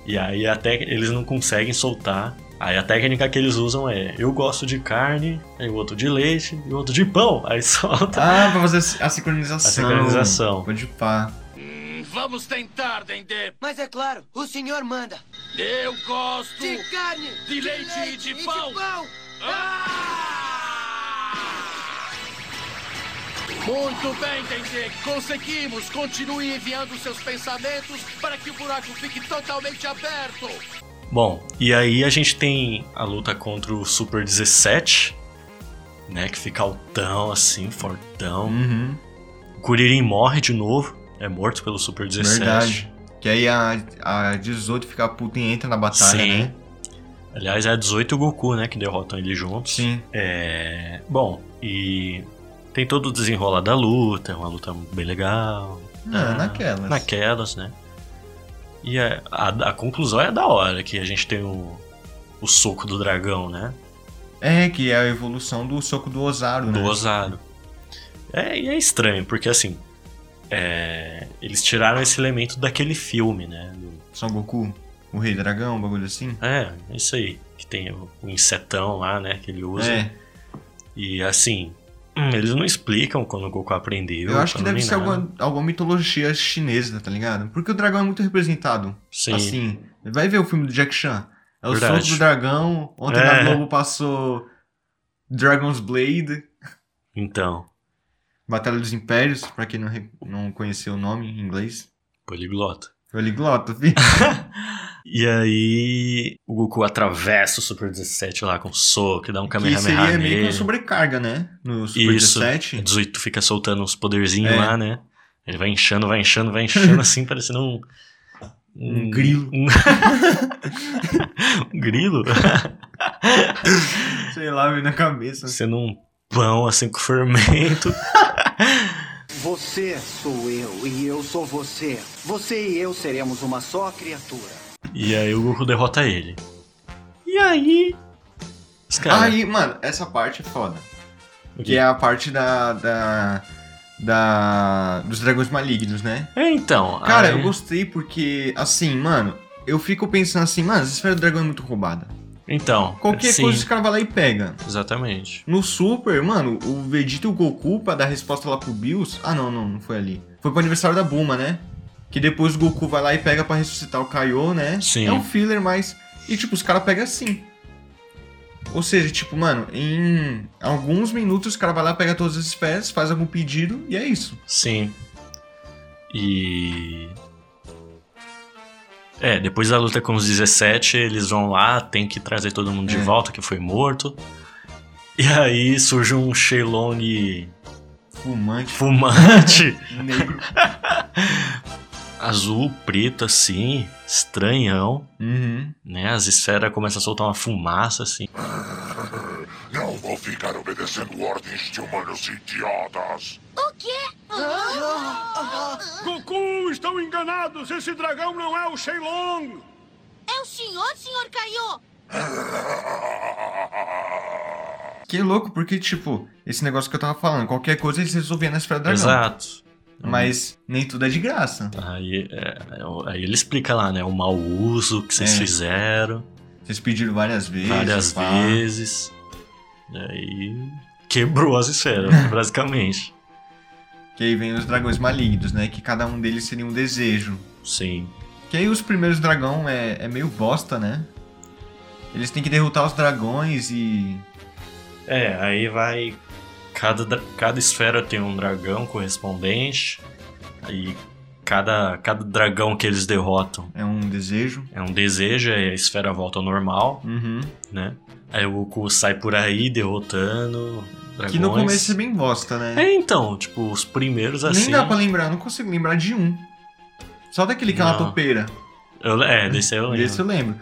E aí até eles não conseguem soltar. Aí a técnica que eles usam é: eu gosto de carne, aí o outro de leite e o outro de pão. <laughs> Aí solta
Ah, pra fazer a
a
sincronização.
sincronização.
Pode ir pá.
Vamos tentar, Dendê.
Mas é claro, o senhor manda.
Eu gosto
De carne,
de leite e de pão. Ah! Muito bem, Dendê. Conseguimos. Continue enviando seus pensamentos para que o buraco fique totalmente aberto.
Bom, e aí a gente tem a luta contra o Super 17, né? Que fica altão, assim, fortão.
Uhum,
O Kuririn morre de novo, é morto pelo Super 17.
verdade. Que aí a, a 18 fica puta e entra na batalha,
Sim.
né?
Aliás, é a 18 e o Goku, né? Que derrotam ele juntos.
Sim.
É. Bom, e. Tem todo o desenrolar da luta, é uma luta bem legal.
Não,
Ah,
naquelas.
Naquelas, né? E é- a, a conclusão é da hora, que a gente tem o, o soco do dragão, né?
É, que é a evolução do soco do Ozaru, né?
Do Osaru. É, e é estranho, porque assim. é, eles tiraram esse elemento daquele filme, né? Do-
Son Goku, o Rei Dragão, um bagulho assim.
é, é isso aí. Que tem o, o insetão lá, né? Que ele usa.
É,
E assim, hum, eles não explicam quando o Goku aprendeu.
eu, acho que
quando
deve
nem
ser
nada.
alguma, alguma mitologia chinesa, tá ligado? Porque o dragão é muito representado.
Sim.
Assim, vai ver o filme do Jack Chan. É o
Verdade.
soco do dragão. Ontem
É.
na Globo passou Dragon's Blade,
Então,
Batalha dos Impérios, pra quem não, re- não conheceu o nome em inglês.
poliglota.
Poliglota, filho.
E aí o Goku atravessa o Super 17 lá com o soco, dá um <laughs>
Que
Kamehameha
seria meio que uma
nele.
sobrecarga, né? No Super
Isso.
17.
18 fica soltando uns poderzinhos
É.
lá, né? Ele vai inchando, vai inchando, vai
<laughs>
inchando assim, parecendo um.
Um grilo.
<laughs> Um, um grilo?
Sei lá, veio na cabeça.
Sendo um pão assim com fermento.
<laughs> Você sou eu e eu sou você. Você e eu seremos uma só criatura.
E aí o Goku derrota ele. E aí. Os caras.
Aí, mano, essa parte é foda.
O quê?
Que é a parte da. da. da- dos dragões malignos, né?
É, então.
Cara,
aí-
eu gostei porque, assim, mano, eu fico pensando assim, mano, essa esfera do dragão é muito roubada.
Então.
Qualquer
sim,
coisa os caras vão lá e pega.
Exatamente.
No Super, mano, o Vegeta e o Goku, pra dar resposta lá pro Bills. Ah, não, não, não foi ali. Foi pro aniversário da Buma, né? Que depois o Goku vai lá e pega pra ressuscitar o Kaiô, né?
Sim.
É um filler, mas. E, tipo, os caras pegam assim. Ou seja, tipo, mano, em alguns minutos os caras vai lá, pega todas as espécies, faz algum pedido e é isso.
Sim. E. É, depois da luta com os 17, eles vão lá, tem que trazer todo mundo de
É.
volta que foi morto. E aí surge um Shenlong <laughs>
Fumante,
fumante,
<laughs> negro.
azul, preto, assim, estranhão,
Uhum.
né? As esferas começam a soltar uma fumaça, assim.
Não vou ficar obedecendo ordens de humanos idiotas.
O
<laughs>
quê?
Goku, estão enganados! Esse dragão não é o Shenlong!
É o senhor, senhor Kaiô?
Que louco, porque, tipo, esse negócio que eu tava falando, qualquer coisa eles resolviam na esfera do dragão.
Exato. Uhum.
Mas nem tudo é de graça.
Aí, é, é, aí ele explica lá, né? O mau uso que vocês
É.
fizeram.
Vocês pediram várias vezes.
várias
pá.
vezes. né, E aí quebrou as esferas, né, basicamente.
Que aí vem os dragões malignos, né? Que cada um deles seria um desejo.
Sim.
Que aí os primeiros dragão é, é meio bosta, né? Eles têm que derrotar os dragões e.
É, aí vai. Cada, dra- cada esfera tem um dragão correspondente. Aí cada, cada dragão que eles derrotam
É um desejo.
é um desejo, aí a esfera volta ao normal,
Uhum.
né? Aí o Goku sai por aí derrotando. Dragões.
Que no começo é bem bosta, né?
É, então, tipo, os primeiros
Nem
assim.
dá pra lembrar, não consigo lembrar de um. Só daquele que é uma
Não.
topeira.
eu, é, desse aí eu lembro.
Desse eu lembro.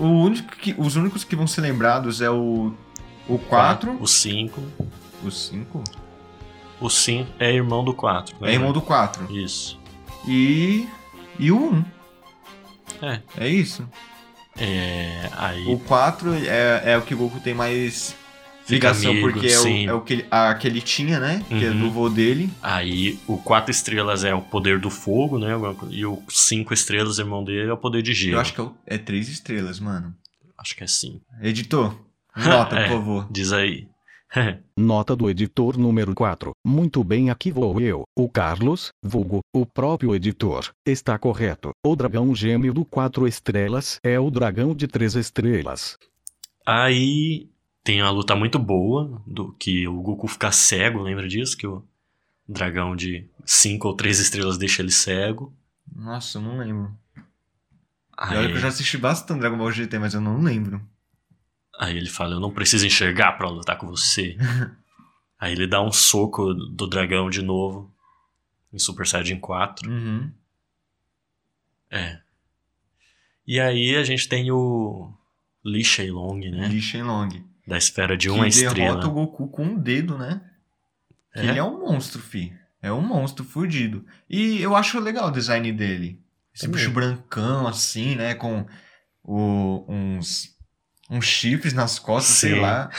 O único que, os únicos que vão ser lembrados é o. O 4,
O 5.
o 5?
O 5 é irmão do 4.
É irmão do 4.
Isso.
E. E o 1.
É.
É isso.
É, aí
O 4 é, é o que o Goku tem mais
Fica
ligação,
amigo,
porque é o,
sim.
é o que, ele, a, que ele tinha, né? Que é
Uhum.
do vô dele.
Aí o 4 estrelas é o poder do fogo, né? E o 5 estrelas, irmão dele, é o poder de gelo.
Eu acho que é, o- é três estrelas, mano.
Acho que é 5.
Editor,
<laughs>
nota,
É.
por favor.
Diz aí. <laughs>
Nota do editor número 4. Muito bem, aqui vou eu, o Carlos, vulgo, o próprio editor. Está correto. O dragão gêmeo do 4 estrelas é o dragão de 3 estrelas.
Aí tem uma luta muito boa, do que o Goku fica cego, lembra disso? Que o dragão de 5 ou 3 estrelas deixa ele cego.
Nossa, eu não lembro. E olha
Aí,
que eu já assisti bastante Dragon Ball GT, mas eu não lembro.
aí ele fala, eu não preciso enxergar pra lutar com
<laughs>
você. aí ele dá um soco do dragão de novo, em Super Saiyajin 4.
Uhum.
É. E aí a gente tem o Li Shenlong, né?
De Shenlong.
Da esfera de
Uhum. que
uma
derrota
estrela.
o Goku com um dedo, né? Que
É?
Ele é um monstro, fi. É um monstro fudido. E eu acho legal o design dele. Esse
Também.
bicho brancão, assim, né? Com o- uns, uns chifres nas costas, sei
Sim. <laughs>
lá.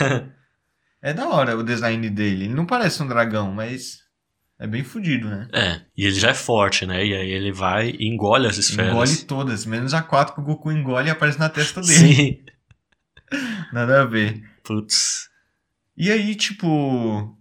É da hora o design dele. Ele não parece um dragão, mas é bem fudido, né?
É. E ele já é forte, né? E aí ele vai e engole as esferas.
Engole todas, menos a 4 que o Goku engole e aparece na testa dele.
Sim.
Nada a ver.
<laughs> Putz.
E aí, tipo,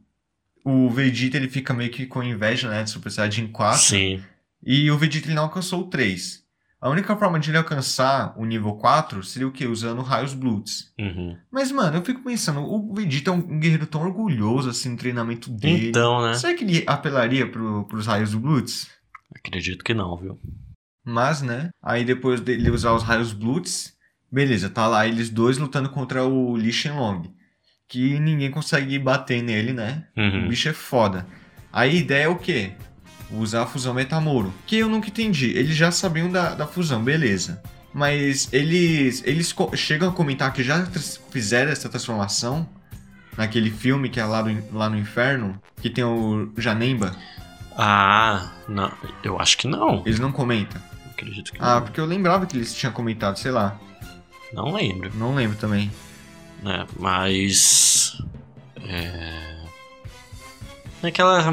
o Vegeta ele fica meio que com inveja, né, de Super Saiyajin 4.
Sim.
E o Vegeta ele não alcançou o 3. A única forma de ele alcançar o nível 4 seria o quê? Usando raios Bloods.
Uhum.
Mas, mano, eu fico pensando, o Vegeta é um guerreiro tão orgulhoso assim no treinamento dele.
Então, né?
Será que ele apelaria pro, pros raios Bloods?
Acredito que não, viu?
Mas, né? Aí depois dele usar os raios Bloods, beleza, tá lá eles dois lutando contra o Li Shenlong. Que ninguém consegue bater nele, né? O
Uhum.
bicho é foda. Aí a ideia é o quê? Usar a fusão Metamoro. Que eu nunca entendi. Eles já sabiam da, da fusão, beleza. Mas eles, eles co- chegam a comentar que já tras- fizeram essa transformação naquele filme que é lá, do, in- lá no inferno, que tem o Janemba.
Ah, não. Eu acho que não.
Eles não comentam.
Acredito que
Ah, porque eu lembrava que eles tinham comentado, sei lá.
não. Não lembro.
Não lembro também.
né? Mas. É. Aquela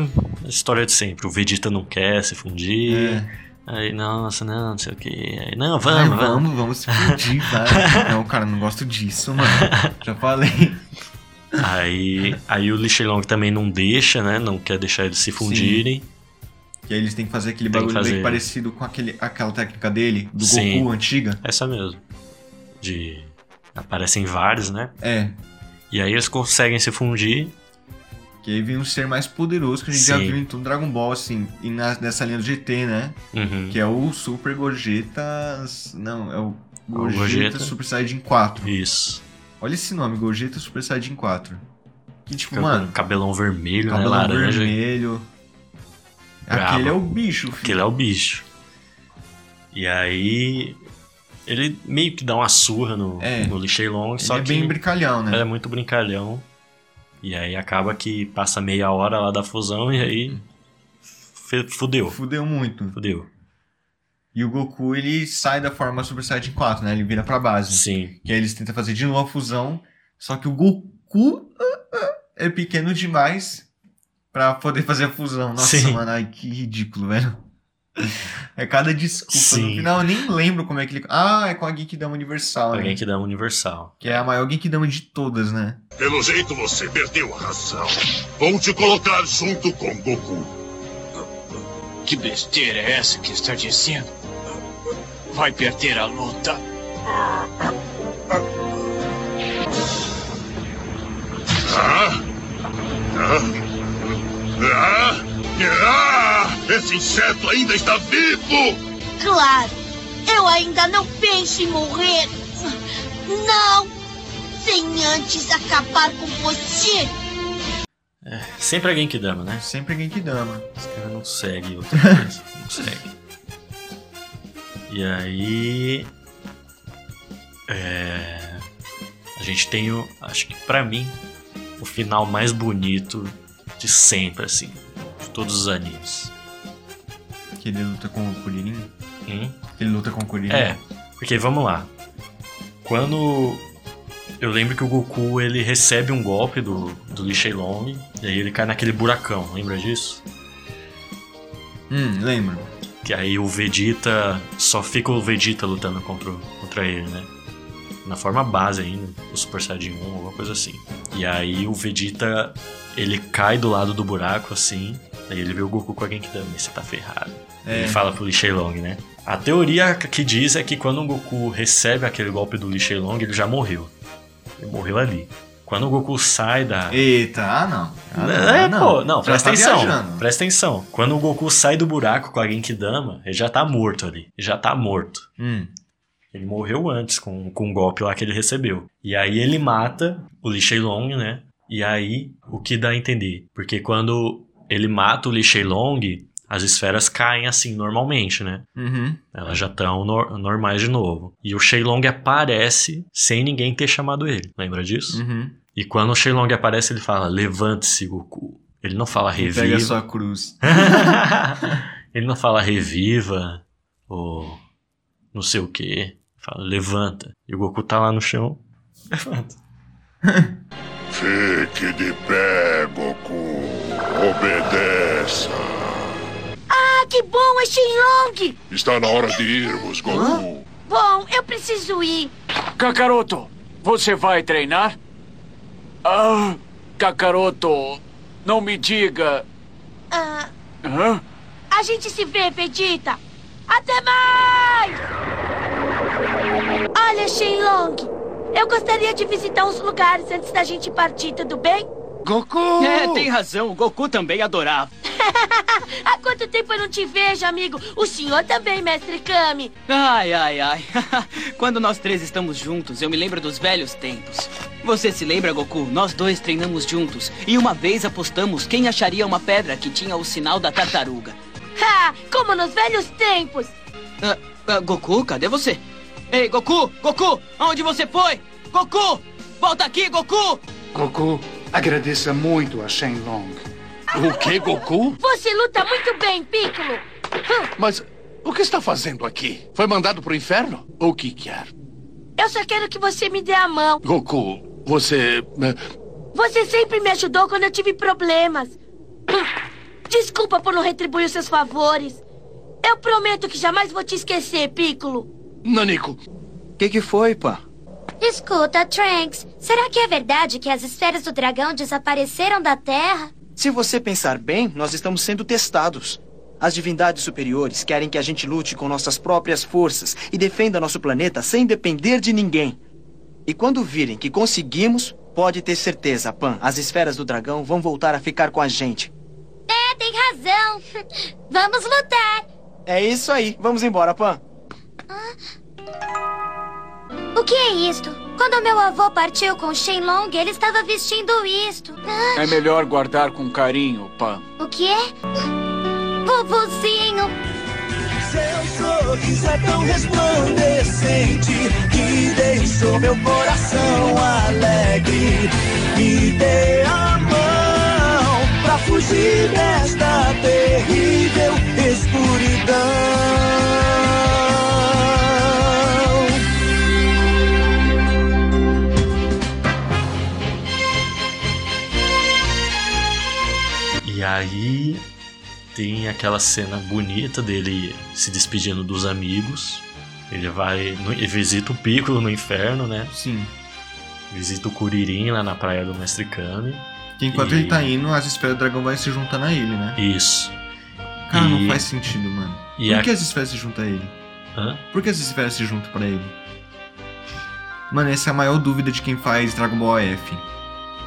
história de sempre, o Vegeta não quer se fundir.
É.
Aí, nossa, não, não sei o que. Aí, não,
Ai,
vamos, vamos.
vamos, vamos se pedir, vai. Não, cara, não gosto disso, mano. Já falei.
Aí, aí o Li Shenlong também não deixa, né? Não quer deixar eles se fundirem.
Que aí eles têm que fazer aquele
Tem que
bagulho
fazer.
meio parecido com aquele, aquela técnica dele, do
Sim.
Goku antiga.
Essa mesmo. De. Aparecem vários, né?
É.
E aí eles conseguem se fundir.
Que aí vem um ser mais poderoso que a gente já
Sim.
viu em todo Dragon Ball, assim, e na- nessa linha do GT, né?
Uhum.
Que é o Super Gorgetas. Não, é o Gogeta,
Gogeta.
Super Saiyajin 4.
Isso.
Olha esse nome, Gogeta Super Saiyajin 4. Que tipo,
Fica
mano,
com cabelão vermelho,
cabelo
né? Laranja.
vermelho.
Brabo.
Aquele é o bicho,
Porque
filho.
ele é o bicho. E aí. Ele meio que dá uma surra no,
É.
no Lixeilong,
Ele
só
é
que
bem brincalhão,
ele é
né?
muito brincalhão. E aí acaba que passa meia hora lá da fusão e aí. fe- Fudeu.
Fudeu muito.
Fudeu.
E o Goku, ele sai da forma Super Saiyajin 4, né? Ele vira pra base.
Sim.
Que aí eles tentam fazer de novo a fusão. Só que o Goku ah, ah, é pequeno demais pra poder fazer a fusão. Nossa,
Sim.
mano, ai, que ridículo, velho. É cada desculpa.
Sim.
No final eu nem lembro como é que ele. Ah, é com a Genkidama Universal, né?
Alguém que dá um universal.
Que é a maior Genkidama de todas, né?
Pelo jeito você perdeu a razão. Vou te colocar junto com Goku.
Que besteira é essa que está dizendo? Vai perder a luta.
Ah? Ah? Ah? Ah? Esse inseto ainda está vivo!
Claro, eu ainda não penso em morrer. Não, sem antes acabar com você.
Sempre alguém que dama, né?
É Sempre a Genkidama.
Esse cara não segue outra coisa. não segue. E aí. é, a gente tem o. Acho que pra mim, o final mais bonito de sempre, assim. De todos os animes.
Que ele luta com o Kuririn.
Hum?
Que ele luta com o Kuririn.
É, porque vamos lá. Quando. Eu lembro que o Goku ele recebe um golpe do, do Li Shenlong, e aí ele cai naquele buracão, lembra disso?
Hum, lembro.
Que aí o Vegeta. Só fica o Vegeta lutando contra, o- contra ele, né? Na forma base ainda, o Super Saiyajin 1, alguma coisa assim. E aí o Vegeta. Ele cai do lado do buraco assim. Aí ele vê o Goku com a Genkidama e você tá ferrado.
É.
Ele fala pro Li Shenlong, né? A teoria que diz é que quando o Goku recebe aquele golpe do Li Shenlong, ele já morreu. Ele morreu ali. Quando o Goku sai da,
Eita, ah não. Ah,
é,
ah,
pô, não,
Já
presta
tá
atenção.
viajando.
Presta atenção. Quando o Goku sai do buraco com a Genkidama, ele já tá morto ali. Ele já tá morto.
Hum,
Ele morreu antes com, com o golpe lá que ele recebeu. E aí ele mata o Li Shenlong, né? E aí, o que dá a entender? Porque quando ele mata o Li Shenlong, as esferas caem assim normalmente, né?
uhum.
Elas já estão normais de novo. E o Shenlong aparece sem ninguém ter chamado ele. Lembra disso?
Uhum.
E quando o Shenlong aparece, ele fala: Levante-se, Goku. Ele não fala reviva.
Pega a sua cruz.
<laughs> ele não fala reviva ou não sei o que. Fala levanta. E o Goku tá lá no chão. Levanta.
Fique de pé, Goku. Obedeça.
Ah, que bom, é Shenlong.
Está na hora de irmos, Goku.
Bom, eu preciso ir.
Kakaroto, você vai treinar? Ah, Kakaroto, não me diga.
Ah,
Hã?
a gente se vê, Vegeta. Até mais! Olha, Shenlong, eu gostaria de visitar uns lugares antes da gente partir, tudo bem?
Goku!
É, tem razão. O Goku também adorava.
Há quanto tempo eu não te vejo, amigo? O senhor também, mestre Kami.
Ai, ai, ai. <laughs> Quando nós três estamos juntos, eu me lembro dos velhos tempos. Você se lembra, Goku? Nós dois treinamos juntos e uma vez apostamos quem acharia uma pedra que tinha o sinal da tartaruga.
Ha! Como nos velhos tempos.
Ah, ah, Goku, cadê você? Ei, Goku! Goku! Aonde você foi? Goku! Volta aqui, Goku!
Goku, agradeça muito a Shenlong.
O que, Goku?
Você luta muito bem, Piccolo. Hum,
Mas o que está fazendo aqui? Foi mandado pro inferno? O que é? quer?
Eu só quero que você me dê a mão.
Goku, você. eh,
Você sempre me ajudou quando eu tive problemas. Hum, Desculpa por não retribuir os seus favores. Eu prometo que jamais vou te esquecer, Piccolo.
Nanico,
O que, que foi, pá?
Escuta, Trunks. Será que é verdade que as esferas do dragão desapareceram da Terra?
Se você pensar bem, nós estamos sendo testados. As divindades superiores querem que a gente lute com nossas próprias forças e defenda nosso planeta sem depender de ninguém. E quando virem que conseguimos, pode ter certeza, Pan, as esferas do dragão vão voltar a ficar com a gente.
É, tem razão. <laughs> Vamos lutar.
É isso aí, vamos embora, Pan.
O que é isto? Quando meu avô partiu com Shenlong, ele estava vestindo isto. <gasps>
É melhor guardar com carinho, Pan.
O que é? Vovozinho!
Seu sorriso é tão resplandecente que deixou meu coração alegre. Me dê a mão pra fugir desta terrível escuridão.
E aí tem aquela cena bonita dele se despedindo dos amigos. Ele vai, no- ele visita o Piccolo no inferno, né?
Sim.
Visita o Kuririn lá na praia do Mestre Kami.
Que enquanto
E-
ele tá indo, as esferas do dragão vão se juntar a ele, né?
Isso.
Cara, não
E-
faz sentido, mano.
E
Por
a-
que as esferas se juntam a ele?
Hã?
Por que as esferas se juntam pra ele? Mano, essa é a maior dúvida de quem faz Dragon Ball F.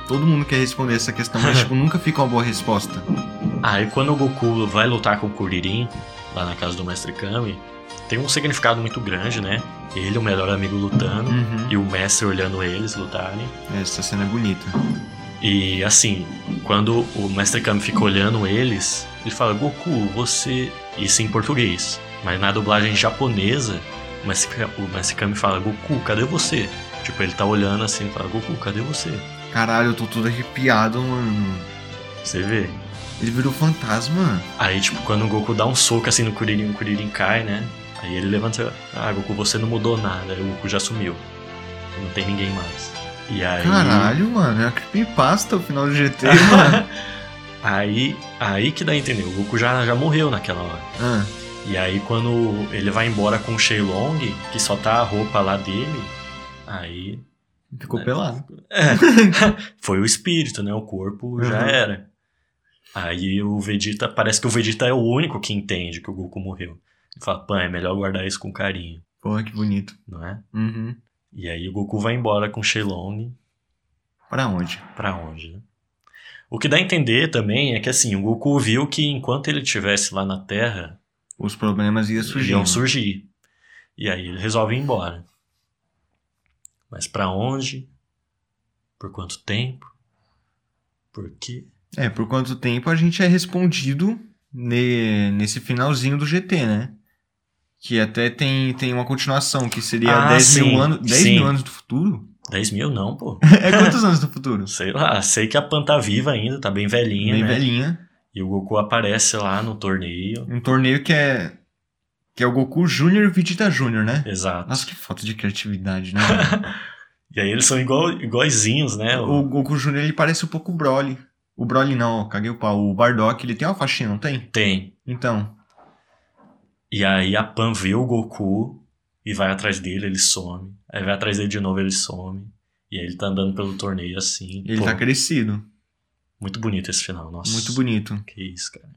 Todo mundo quer responder essa
<laughs>
questão, mas tipo, nunca fica uma boa resposta.
Aí Ah, quando o Goku vai lutar com o Kuririn, lá na casa do Mestre Kami, tem um significado muito grande, né? Ele, o melhor amigo, lutando.
Uhum.
E o mestre olhando eles lutarem.
Essa cena é bonita.
E assim, quando o Mestre Kami fica olhando eles, ele fala: Goku, você. Isso em português. Mas na dublagem japonesa, o Mestre, Ka- o Mestre Kami fala: Goku, cadê você? Tipo, ele tá olhando assim e fala: Goku, cadê você?
Caralho, eu tô todo arrepiado, mano.
Você vê.
Ele virou fantasma.
Aí, tipo, quando o Goku dá um soco assim no Kuririn, o Kuririn cai, né? Aí ele levanta: Ah, Goku, você não mudou nada. Aí o Goku já sumiu. Não tem ninguém mais. E aí.
Caralho, mano. É uma creepypasta o final
<laughs>
do GT, mano.
Aí, aí que dá a entender. O Goku já, já morreu naquela hora.
Ah,
E aí quando ele vai embora com o Shenlong, que só tá a roupa lá dele, aí
ficou
É. <laughs>
pelado.
foi o espírito, né? O corpo já
Uhum.
era. Aí o Vegeta, parece que o Vegeta é o único que entende que o Goku morreu. Ele fala, Pan, é melhor guardar isso com carinho,
Porra, que bonito.
não é?
Uhum.
E aí o Goku vai embora com o Shenlong
Pra onde?
pra onde, né? O que dá a entender também é que assim, o Goku viu que enquanto ele estivesse lá na Terra,
Os problemas iam né? surgir.
iam surgir. E aí ele resolve ir embora. Mas pra onde? Por quanto tempo? Por quê?
É, por quanto tempo a gente é respondido ne- nesse finalzinho do GT, né? Que até tem, tem uma continuação, que seria
Ah,
10,
sim,
mil, anos, 10
sim.
mil anos do futuro?
10 mil não, pô.
É quantos anos
<laughs>
do futuro?
Sei lá, sei que a Pan tá viva ainda, tá bem velhinha,
Bem
né?
velhinha.
E o Goku aparece lá no torneio.
Um torneio que é. Que é o Goku Júnior e Vegeta Júnior, né?
Exato.
Nossa, que falta
<laughs>
de criatividade, né? mano?
E aí eles são igual, iguaizinhos, né?
o Goku Júnior ele parece um pouco o Broly. O Broly não, caguei o pau. O Bardock, ele tem uma faixinha, não tem?
Tem.
Então.
E aí a Pan vê o Goku e vai atrás dele, ele some. Aí vai atrás dele de novo, ele some. E aí ele tá andando pelo torneio assim.
Ele
Pô,
tá crescido.
Muito bonito esse final, nossa.
Muito bonito.
Que isso, cara.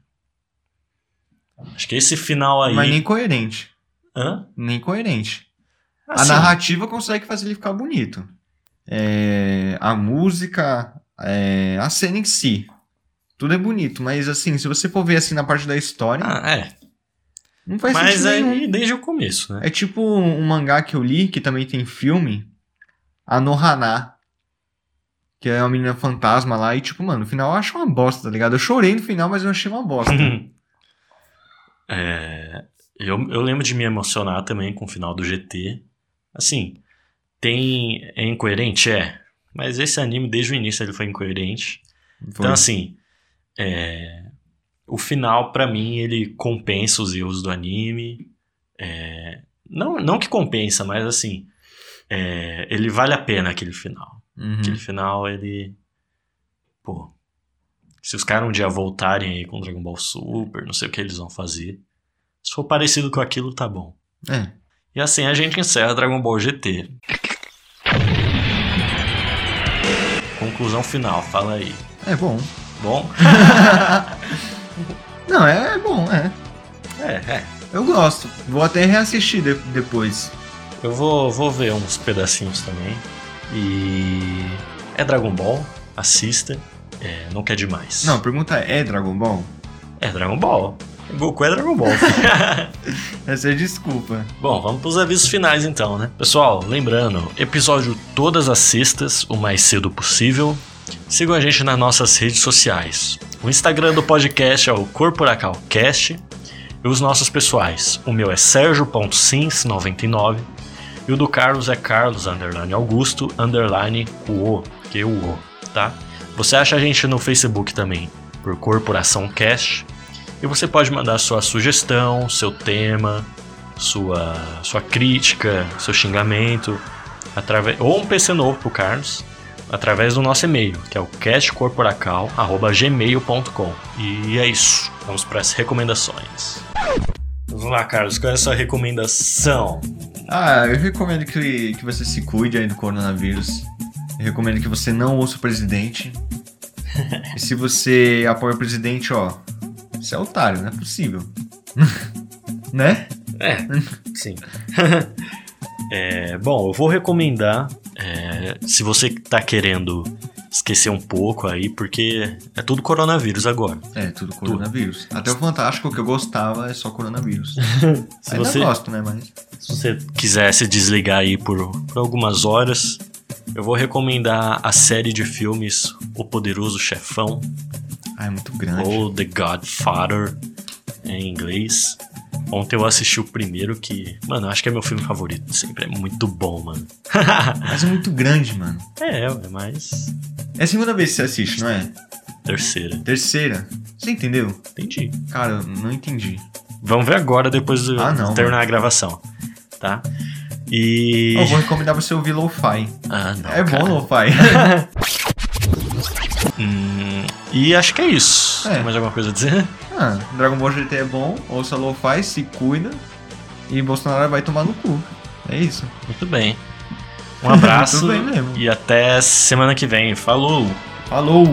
Acho que esse final aí.
Mas nem coerente.
Hã?
Nem coerente.
Assim,
A narrativa consegue fazer ele ficar bonito. É, a música, é, a cena em si. Tudo é bonito, mas assim, se você for ver assim na parte da história.
Ah, é.
Não faz
Mas
sentido
aí
nenhum.
desde o começo, né?
É tipo um mangá que eu li, que também tem filme, a Nohana, que é uma menina fantasma lá, e tipo, mano, no final eu acho uma bosta, tá ligado? Eu chorei no final, mas eu achei uma bosta.
Uhum. É, eu, eu lembro de me emocionar também com o final do GT. Assim, tem. É incoerente? É. Mas esse anime, desde o início, ele foi incoerente.
Foi.
Então, assim. é, o final, pra mim, ele compensa os erros do anime. É, não, não que compensa, mas assim. é, ele vale a pena aquele final.
Uhum.
Aquele final, ele. Pô. Se os caras um dia voltarem aí com Dragon Ball Super, não sei o que eles vão fazer. Se for parecido com aquilo, tá bom.
É.
E assim a gente encerra Dragon Ball GT. Conclusão final, fala aí.
É bom.
Bom?
Não, é, é bom, é.
É, é.
Eu gosto. Vou até reassistir de- depois.
Eu vou, vou ver uns pedacinhos também. E. É Dragon Ball, assista. É, não quer demais.
Não, a pergunta é, é Dragon Ball?
É Dragon Ball. Goku é Dragon Ball. <laughs>
Essa é desculpa.
Bom, vamos para os avisos finais então, né? Pessoal, lembrando, episódio todas as sextas, o mais cedo possível. Sigam a gente nas nossas redes sociais. O Instagram do podcast é o CorporacalCast e os nossos pessoais. O meu é sergio.sins99 e o do Carlos é Carlos underline Augusto underline UO, que é UO, tá? Você acha a gente no Facebook também por Corporação Cast e você pode mandar sua sugestão, seu tema, sua, sua crítica, seu xingamento, através, ou um PC novo pro Carlos, através do nosso e-mail, que é o castcorporacal.gmail.com. E é isso. Vamos para as recomendações. Vamos lá, Carlos, qual é a sua recomendação?
Ah, eu recomendo que, que você se cuide aí do coronavírus. Eu recomendo que você não ouça o presidente. e se você apoia o presidente, ó, você é otário, não é possível. <laughs> né?
É, sim. <laughs> É, bom, eu vou recomendar. é, se você tá querendo esquecer um pouco aí, porque é tudo coronavírus agora.
É, tudo coronavírus. Até o Fantástico que eu gostava é só coronavírus.
Se
Ainda
você-
gosto, né? Mas.
Se você quiser se desligar aí por, por algumas horas, eu vou recomendar a série de filmes O Poderoso Chefão
Ah, é muito grande.
ou The Godfather em inglês. Ontem eu assisti o primeiro que, mano, eu acho que é meu filme favorito. Sempre é muito bom, mano. <laughs>
Mas é muito grande, mano.
é, é mais
É a segunda vez que você assiste, não é?
terceira.
Terceira. Você entendeu?
Entendi.
Cara, eu não entendi.
Vamos ver agora depois de
Ah, não,
terminar a gravação, tá? E
Eu vou recomendar você ouvir Lo-Fi.
ah, não,
É bom
cara.
Lo-Fi. <laughs>
Hum, e acho que é isso.
É.
Tem mais alguma coisa a dizer?
Ah, Dragon Ball GT é bom, ouça Lo-Fi, se cuida. E Bolsonaro vai tomar no cu. É isso.
Muito bem. Um abraço
<laughs> Muito bem né? mesmo.
e até semana que vem. Falou!
Falou!